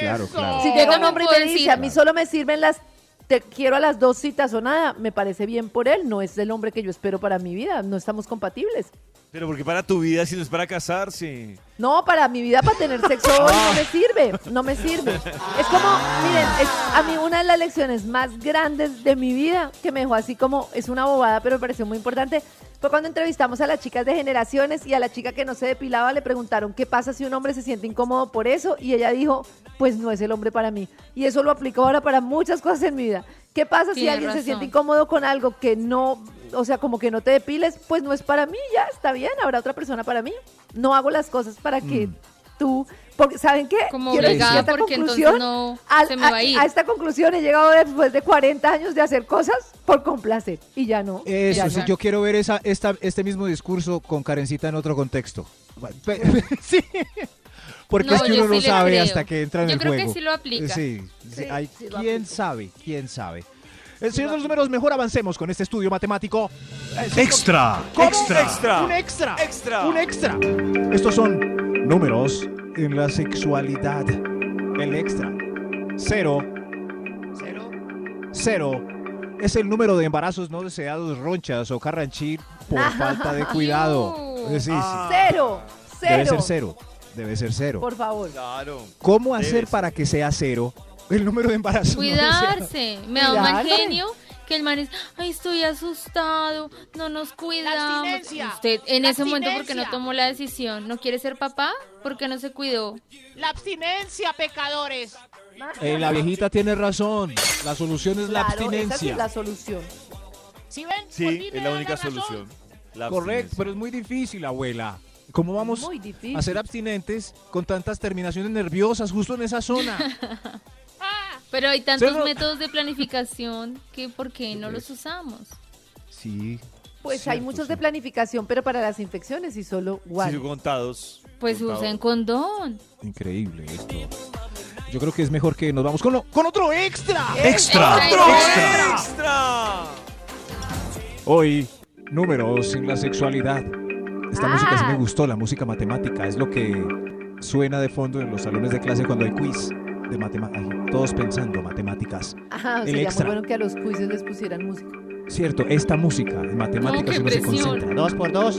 Speaker 5: Claro, claro.
Speaker 6: Si llega un
Speaker 4: también
Speaker 6: hombre y
Speaker 4: puedo
Speaker 6: me dice,
Speaker 4: decir-
Speaker 6: a mí solo me sirven las, te quiero a las dos citas o nada, me parece bien por él, no es el hombre que yo espero para mi vida, no estamos compatibles.
Speaker 3: Pero porque para tu vida, si no es para casarse.
Speaker 6: No, para mi vida, para tener sexo hoy, no me sirve, no me sirve. Es como, miren, es a mí una de las lecciones más grandes de mi vida, que me dejó así como, es una bobada, pero me pareció muy importante, fue cuando entrevistamos a las chicas de generaciones y a la chica que no se depilaba le preguntaron qué pasa si un hombre se siente incómodo por eso y ella dijo, pues no es el hombre para mí. Y eso lo aplico ahora para muchas cosas en mi vida. ¿Qué pasa si
Speaker 4: Tiene
Speaker 6: alguien se
Speaker 4: razón.
Speaker 6: siente incómodo con algo que no, o sea, como que no te depiles? Pues no es para mí, ya está bien, habrá otra persona para mí. No hago las cosas para que
Speaker 5: Mm.
Speaker 6: tú, porque ¿saben qué?
Speaker 4: Como
Speaker 6: Quiero llegar a
Speaker 4: obligada
Speaker 6: esta
Speaker 4: porque entonces
Speaker 6: conclusión,
Speaker 4: no
Speaker 6: al- este
Speaker 4: se me va a ir.
Speaker 6: esta conclusión he llegado después de 40 años de hacer cosas por complacer y ya no.
Speaker 5: Eso,
Speaker 6: ya
Speaker 5: sí,
Speaker 6: no.
Speaker 5: yo quiero ver esa, esta, este mismo discurso con Karencita en otro contexto. Pe-
Speaker 4: [laughs]
Speaker 5: [laughs] sí, porque
Speaker 4: No,
Speaker 5: es que
Speaker 4: yo
Speaker 5: uno no
Speaker 4: sí le
Speaker 5: sabe
Speaker 4: creo.
Speaker 5: hasta que entra en
Speaker 4: Yo
Speaker 5: el
Speaker 4: creo
Speaker 5: juego.
Speaker 4: que sí lo aplica.
Speaker 5: Sí, sí,
Speaker 6: Sí,
Speaker 5: hay-
Speaker 6: sí lo
Speaker 5: quién
Speaker 6: aplica.
Speaker 5: sabe, quién sabe. El señor de los números, mejor avancemos con este estudio matemático.
Speaker 8: Extra,
Speaker 5: ¿Cómo?
Speaker 8: extra.
Speaker 3: Extra.
Speaker 5: Un extra.
Speaker 3: Extra.
Speaker 5: Un extra. Estos son números en la sexualidad. El extra. Cero.
Speaker 10: Cero.
Speaker 5: Cero es el número de embarazos no deseados, ronchas o carranchir por falta de cuidado.
Speaker 4: Iu.
Speaker 5: Es decir,
Speaker 6: Cero, ah. cero.
Speaker 5: Debe ser cero. Debe ser cero.
Speaker 6: Por favor.
Speaker 3: Claro.
Speaker 5: ¿Cómo
Speaker 3: debe
Speaker 5: hacer
Speaker 3: ser.
Speaker 5: para que sea cero el número de embarazos? no deseados?
Speaker 6: [laughs]
Speaker 4: Cuidarse. Me da un mal
Speaker 6: Cuidarse.
Speaker 4: genio que que el man es, ay, estoy asustado, no nos cuidamos.
Speaker 10: abstinencia.
Speaker 4: Usted en
Speaker 10: La
Speaker 4: ese momento porque no
Speaker 10: abstinencia.
Speaker 4: tomó la decisión, no quiere ser papá porque no se cuidó.
Speaker 10: La abstinencia, pecadores.
Speaker 5: Eh, la viejita tiene razón. La solución es la
Speaker 6: Claro, esa sí
Speaker 5: abstinencia.
Speaker 6: es la solución.
Speaker 10: Si ven, Por
Speaker 3: Sí,
Speaker 10: mí me
Speaker 3: es la
Speaker 10: dan
Speaker 3: única
Speaker 10: razón.
Speaker 3: solución. La
Speaker 5: Correcto,
Speaker 3: abstinencia.
Speaker 5: pero es muy difícil, abuela. ¿Cómo vamos
Speaker 6: Muy difícil.
Speaker 5: a ser abstinentes con tantas terminaciones nerviosas justo en
Speaker 4: [laughs]
Speaker 5: esa zona?
Speaker 10: Ah,
Speaker 4: Pero hay tantos
Speaker 5: Cerro-
Speaker 4: métodos de planificación que ¿por qué no los usamos?
Speaker 5: sí.
Speaker 6: Pues hay
Speaker 5: cierto,
Speaker 6: muchos
Speaker 5: sí.
Speaker 6: de planificación, pero para las infecciones y solo
Speaker 3: Sí,
Speaker 6: one.
Speaker 3: contados.
Speaker 4: Pues
Speaker 3: Contado.
Speaker 4: usen condón.
Speaker 5: Increíble esto. Yo creo que es mejor que nos vamos con, lo- con otro extra.
Speaker 8: Extra.
Speaker 3: ¡Extra! ¡Extra!
Speaker 5: Hoy, números en la sexualidad. Esta música sí
Speaker 6: Ah.
Speaker 5: me gustó, la música matemática. Es lo que suena de fondo en los salones de clase cuando hay quiz de matemáticas. Todos pensando matemáticas.
Speaker 6: Ajá,
Speaker 5: El
Speaker 6: sería
Speaker 5: extra.
Speaker 6: muy bueno que a los juicios les pusieran música.
Speaker 5: Cierto, esta música en matemáticas
Speaker 4: qué
Speaker 5: uno se
Speaker 4: presión.
Speaker 5: concentra.
Speaker 10: Dos por dos.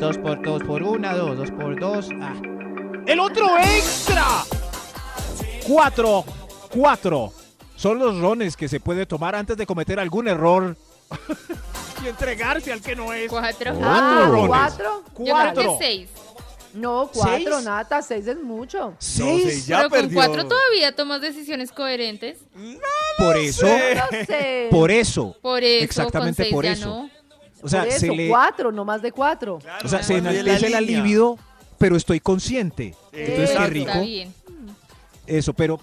Speaker 10: Dos por dos por una, dos, dos por dos. Ah.
Speaker 5: ¡El otro extra! Cuatro, cuatro. Son los rones que se puede tomar antes de cometer algún error. [laughs] y entregarse al que no es.
Speaker 4: Cuatro.
Speaker 6: Ah,
Speaker 5: rones.
Speaker 6: ¿cuatro?
Speaker 4: Yo creo
Speaker 5: Cuatro.
Speaker 4: que seis.
Speaker 6: No, cuatro,
Speaker 5: ¿Seis?
Speaker 6: Nata, seis es mucho.
Speaker 5: ¿Seis?
Speaker 3: No, seis ya
Speaker 4: Pero
Speaker 3: perdió.
Speaker 4: con cuatro todavía tomas decisiones coherentes.
Speaker 5: Por eso,
Speaker 6: No sé.
Speaker 5: por eso.
Speaker 4: Por eso,
Speaker 5: Exactamente
Speaker 4: con seis
Speaker 5: por
Speaker 4: ya
Speaker 5: eso.
Speaker 4: no.
Speaker 5: O sea,
Speaker 6: Por eso,
Speaker 5: se le,
Speaker 6: cuatro, no más de cuatro.
Speaker 3: Claro,
Speaker 5: o sea, se
Speaker 3: cuando hay
Speaker 5: enaltece la
Speaker 3: línea.
Speaker 5: libido, pero estoy consciente. Entonces, qué
Speaker 4: Está
Speaker 5: rico.
Speaker 4: bien.
Speaker 5: Eso, pero,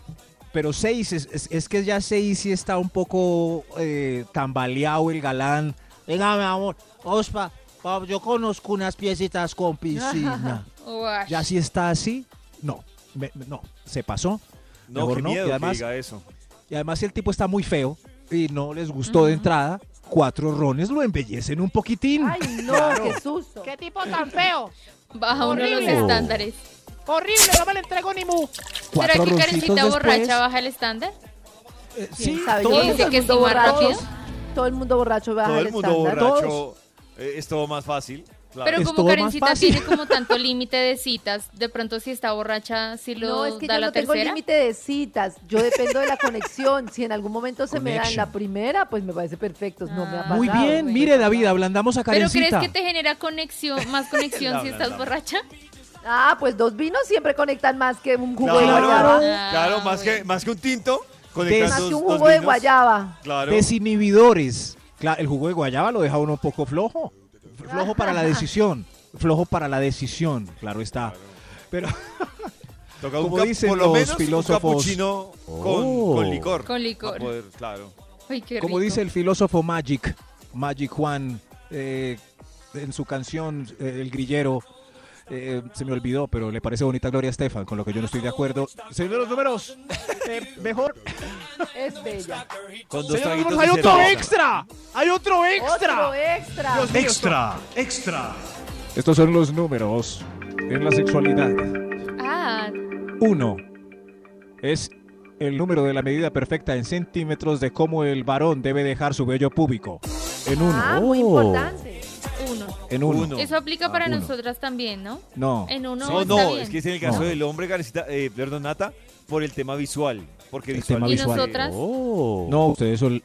Speaker 5: pero seis, es, es- es que ya seis sí está un poco eh, tambaleado el galán. Venga, mi amor, ospa, pa- yo conozco unas piecitas con
Speaker 4: [laughs]
Speaker 5: piscina.
Speaker 4: Uash.
Speaker 5: ya si está así, no, me- me- no, se pasó.
Speaker 3: No,
Speaker 5: Mejor
Speaker 3: qué
Speaker 5: no,
Speaker 3: miedo
Speaker 5: y
Speaker 3: que
Speaker 5: además-
Speaker 3: diga eso.
Speaker 5: Y además si el tipo está muy feo y no les gustó de entrada, cuatro rones lo embellecen un poquitín.
Speaker 6: Ay, no, qué susto.
Speaker 10: Qué tipo tan feo.
Speaker 4: Baja uno de los
Speaker 5: Horrible.
Speaker 4: estándares.
Speaker 10: Horrible, no me le entrego ni mu.
Speaker 4: ¿Será
Speaker 5: cuatro
Speaker 4: que
Speaker 5: roncitos
Speaker 4: Karencita
Speaker 5: después,
Speaker 4: borracha baja el estándar?
Speaker 5: eh,
Speaker 6: ¿Quién
Speaker 5: sí,
Speaker 6: sabe?
Speaker 5: todo
Speaker 6: Yo
Speaker 4: dice
Speaker 6: creo todo
Speaker 4: que
Speaker 6: el mundo
Speaker 4: es tomar
Speaker 6: borracho-
Speaker 4: rápido.
Speaker 6: Todo el mundo borracho baja
Speaker 3: Todo
Speaker 6: el
Speaker 3: el mundo
Speaker 6: estándar.
Speaker 3: borracho eh, es todo más fácil. Claro.
Speaker 4: Pero
Speaker 5: Es
Speaker 4: como
Speaker 5: todo más
Speaker 4: Karencita
Speaker 5: fácil.
Speaker 4: tiene como tanto límite de citas, de pronto si está borracha, si lo
Speaker 6: No, es que
Speaker 4: da
Speaker 6: yo
Speaker 4: la
Speaker 6: no tengo
Speaker 4: tercera.
Speaker 6: límite de citas. Yo dependo de la [laughs] conexión. Si en algún momento se me da en la
Speaker 5: Connection.
Speaker 6: primera, pues me parece perfecto. No me ha
Speaker 4: Ah.
Speaker 6: pasado.
Speaker 5: Muy bien,
Speaker 4: güey.
Speaker 5: mire David, ablandamos a
Speaker 4: Pero
Speaker 5: Karencita.
Speaker 4: crees que te genera conexión,
Speaker 5: [laughs]
Speaker 4: más conexión
Speaker 3: La
Speaker 4: si estás
Speaker 3: ablandamos.
Speaker 4: borracha?
Speaker 6: Ah, pues dos vinos siempre conectan más que un jugo de
Speaker 3: Claro,
Speaker 6: guayaba.
Speaker 4: Ah,
Speaker 3: claro, más, que,
Speaker 4: bueno.
Speaker 3: más que un tinto.
Speaker 5: Des-
Speaker 6: Más
Speaker 3: conectando
Speaker 6: que un
Speaker 3: dos
Speaker 6: jugo de
Speaker 3: vinos.
Speaker 6: guayaba.
Speaker 3: Claro.
Speaker 5: Desinhibidores. Cla- el jugo de guayaba lo deja uno un poco flojo. F- Flojo para la decisión. Flojo para la decisión, claro está. Pero
Speaker 3: Toca un
Speaker 5: como
Speaker 3: cap-
Speaker 5: dicen
Speaker 3: por lo
Speaker 5: los
Speaker 3: menos
Speaker 5: filósofos.
Speaker 3: un capuchino
Speaker 5: Oh.
Speaker 3: con, con licor.
Speaker 4: Con licor.
Speaker 3: Pa' poder, claro.
Speaker 4: Ay, qué
Speaker 5: como
Speaker 4: rico.
Speaker 5: dice el filósofo Magic, Magic Juan, eh, en su canción eh, El Grillero, eh, se me olvidó, pero le parece bonita Gloria Estefan, con lo que yo no estoy de acuerdo. Señor de los números, eh,
Speaker 9: [laughs]
Speaker 5: mejor.
Speaker 6: Es bella.
Speaker 3: Con dos
Speaker 5: Señor de los
Speaker 3: traguitos
Speaker 5: números, hay
Speaker 3: y
Speaker 5: otro
Speaker 3: cerveza.
Speaker 5: extra. Hay otro
Speaker 6: Otro extra.
Speaker 8: Extra. Extra.
Speaker 9: Estos son los números en la sexualidad.
Speaker 4: Ah,
Speaker 9: 1. Es el número de la medida perfecta en centímetros de cómo el varón debe dejar su vello púbico.
Speaker 5: En uno.
Speaker 6: Ah, muy
Speaker 5: Oh,
Speaker 6: importante.
Speaker 4: uno.
Speaker 5: En uno.
Speaker 3: Uno.
Speaker 4: Eso aplica para
Speaker 5: Ah, uno.
Speaker 4: nosotras también, ¿no?
Speaker 5: No.
Speaker 4: En uno
Speaker 3: No,
Speaker 4: está
Speaker 3: no,
Speaker 4: bien.
Speaker 3: es que es en el caso
Speaker 5: No.
Speaker 3: del hombre, Karencita, eh, perdón, Nata, por el tema visual. Porque
Speaker 5: El
Speaker 3: visual eh,
Speaker 5: tema
Speaker 4: ¿Y
Speaker 5: visual.
Speaker 4: nosotras?
Speaker 5: No, ustedes son-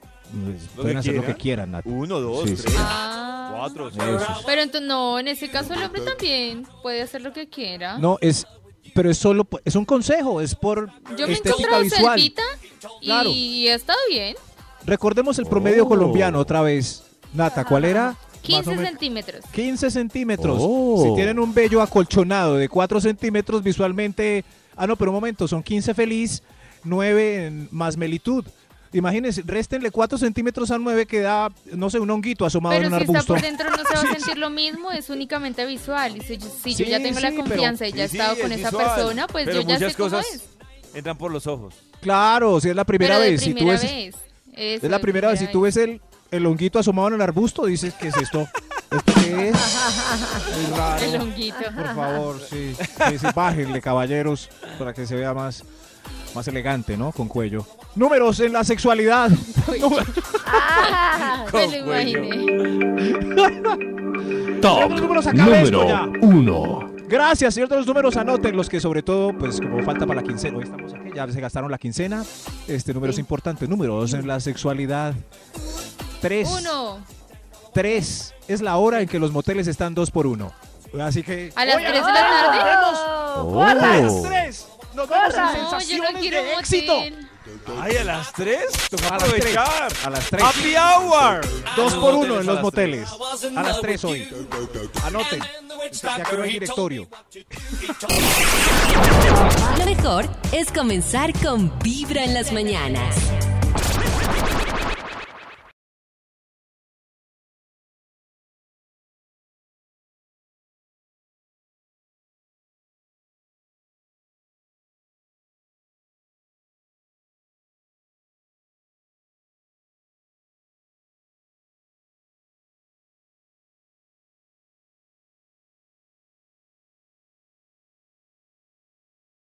Speaker 5: pueden
Speaker 3: que
Speaker 5: hacer lo que
Speaker 3: quieran.
Speaker 5: quieran, Nati.
Speaker 3: Uno, dos,
Speaker 5: Sí, sí.
Speaker 3: tres,
Speaker 4: Ah.
Speaker 3: cuatro,
Speaker 5: Eso
Speaker 3: cinco.
Speaker 5: es.
Speaker 4: Pero entonces, no, en ese caso el hombre también puede hacer lo que quiera.
Speaker 5: No, es. Pero es solo. po- Es un consejo, es por
Speaker 4: Yo me he
Speaker 5: estética
Speaker 4: encontrado
Speaker 5: visual.
Speaker 4: selfita y,
Speaker 5: Claro.
Speaker 4: y está bien.
Speaker 5: Recordemos el promedio
Speaker 9: Oh.
Speaker 5: colombiano otra vez. Nata, ¿cuál era?
Speaker 4: 15
Speaker 5: Más o men-
Speaker 4: centímetros.
Speaker 5: 15 centímetros.
Speaker 9: Oh.
Speaker 5: Si tienen un vello acolchonado de 4 centímetros visualmente. Ah, no, pero un momento, son 15 feliz, 9 en- más melitud. Imagínense, réstenle 4 centímetros a 9 que da, no sé, un honguito asomado
Speaker 4: Pero
Speaker 5: en
Speaker 4: si
Speaker 5: un
Speaker 4: está
Speaker 5: arbusto.
Speaker 4: por dentro no
Speaker 5: [laughs]
Speaker 4: se va a sentir lo mismo, es únicamente visual. Y si yo, si yo
Speaker 5: Sí,
Speaker 4: ya tengo
Speaker 5: sí,
Speaker 4: la
Speaker 5: pero-
Speaker 4: confianza y ya he
Speaker 3: Sí, sí,
Speaker 4: estado con
Speaker 3: es
Speaker 4: esa
Speaker 3: visual,
Speaker 4: persona, pues
Speaker 3: pero
Speaker 4: yo ya
Speaker 3: muchas
Speaker 4: sé cómo
Speaker 3: cosas
Speaker 4: es.
Speaker 3: Entran por los ojos.
Speaker 5: Claro, si es la primera
Speaker 4: pero de
Speaker 5: vez.
Speaker 4: primera
Speaker 5: si tú ves,
Speaker 4: vez. Eso,
Speaker 5: es la
Speaker 4: de
Speaker 5: primera vez. Si tú ves el, el honguito asomado en el arbusto, dices, ¿qué
Speaker 4: [laughs]
Speaker 5: es esto? ¿Esto qué es? Es raro.
Speaker 4: El honguito.
Speaker 5: Por favor, sí. sí, sí, bájenle, caballeros, para que se vea más, más elegante, ¿no? Con cuello. Números en la sexualidad. [laughs]
Speaker 3: [laughs]
Speaker 6: Ah,
Speaker 4: Me
Speaker 3: Con
Speaker 4: lo
Speaker 3: cuello.
Speaker 4: imaginé.
Speaker 8: Top
Speaker 5: Los números acaban esto ya.
Speaker 8: número 1.
Speaker 5: Gracias, señor de los números, anoten los que sobre todo, pues como falta para la quincena, hoy estamos aquí, ya se gastaron la quincena. Este número es importante, números en la sexualidad. Tres.
Speaker 4: Uno.
Speaker 5: Tres es la hora en que los moteles están dos por uno. Así que.
Speaker 4: A las 3 de la tarde.
Speaker 6: ¡Corran!
Speaker 5: ¡Las tres! ¡Nos vemos en
Speaker 6: Corran.
Speaker 4: No, yo
Speaker 5: sensaciones
Speaker 4: no quiero
Speaker 5: de
Speaker 4: un
Speaker 5: éxito!
Speaker 4: motel.
Speaker 3: Ay, a las 3. Toca
Speaker 5: A las tres.
Speaker 3: aprovechar.
Speaker 5: A las tres.
Speaker 3: Happy hour.
Speaker 5: Dos por
Speaker 3: moteles
Speaker 5: uno en
Speaker 3: a
Speaker 5: los
Speaker 3: las
Speaker 5: moteles. A las tres hoy. Anoten. Ya que no hay directorio.
Speaker 2: Lo mejor es comenzar con Vibra en las mañanas.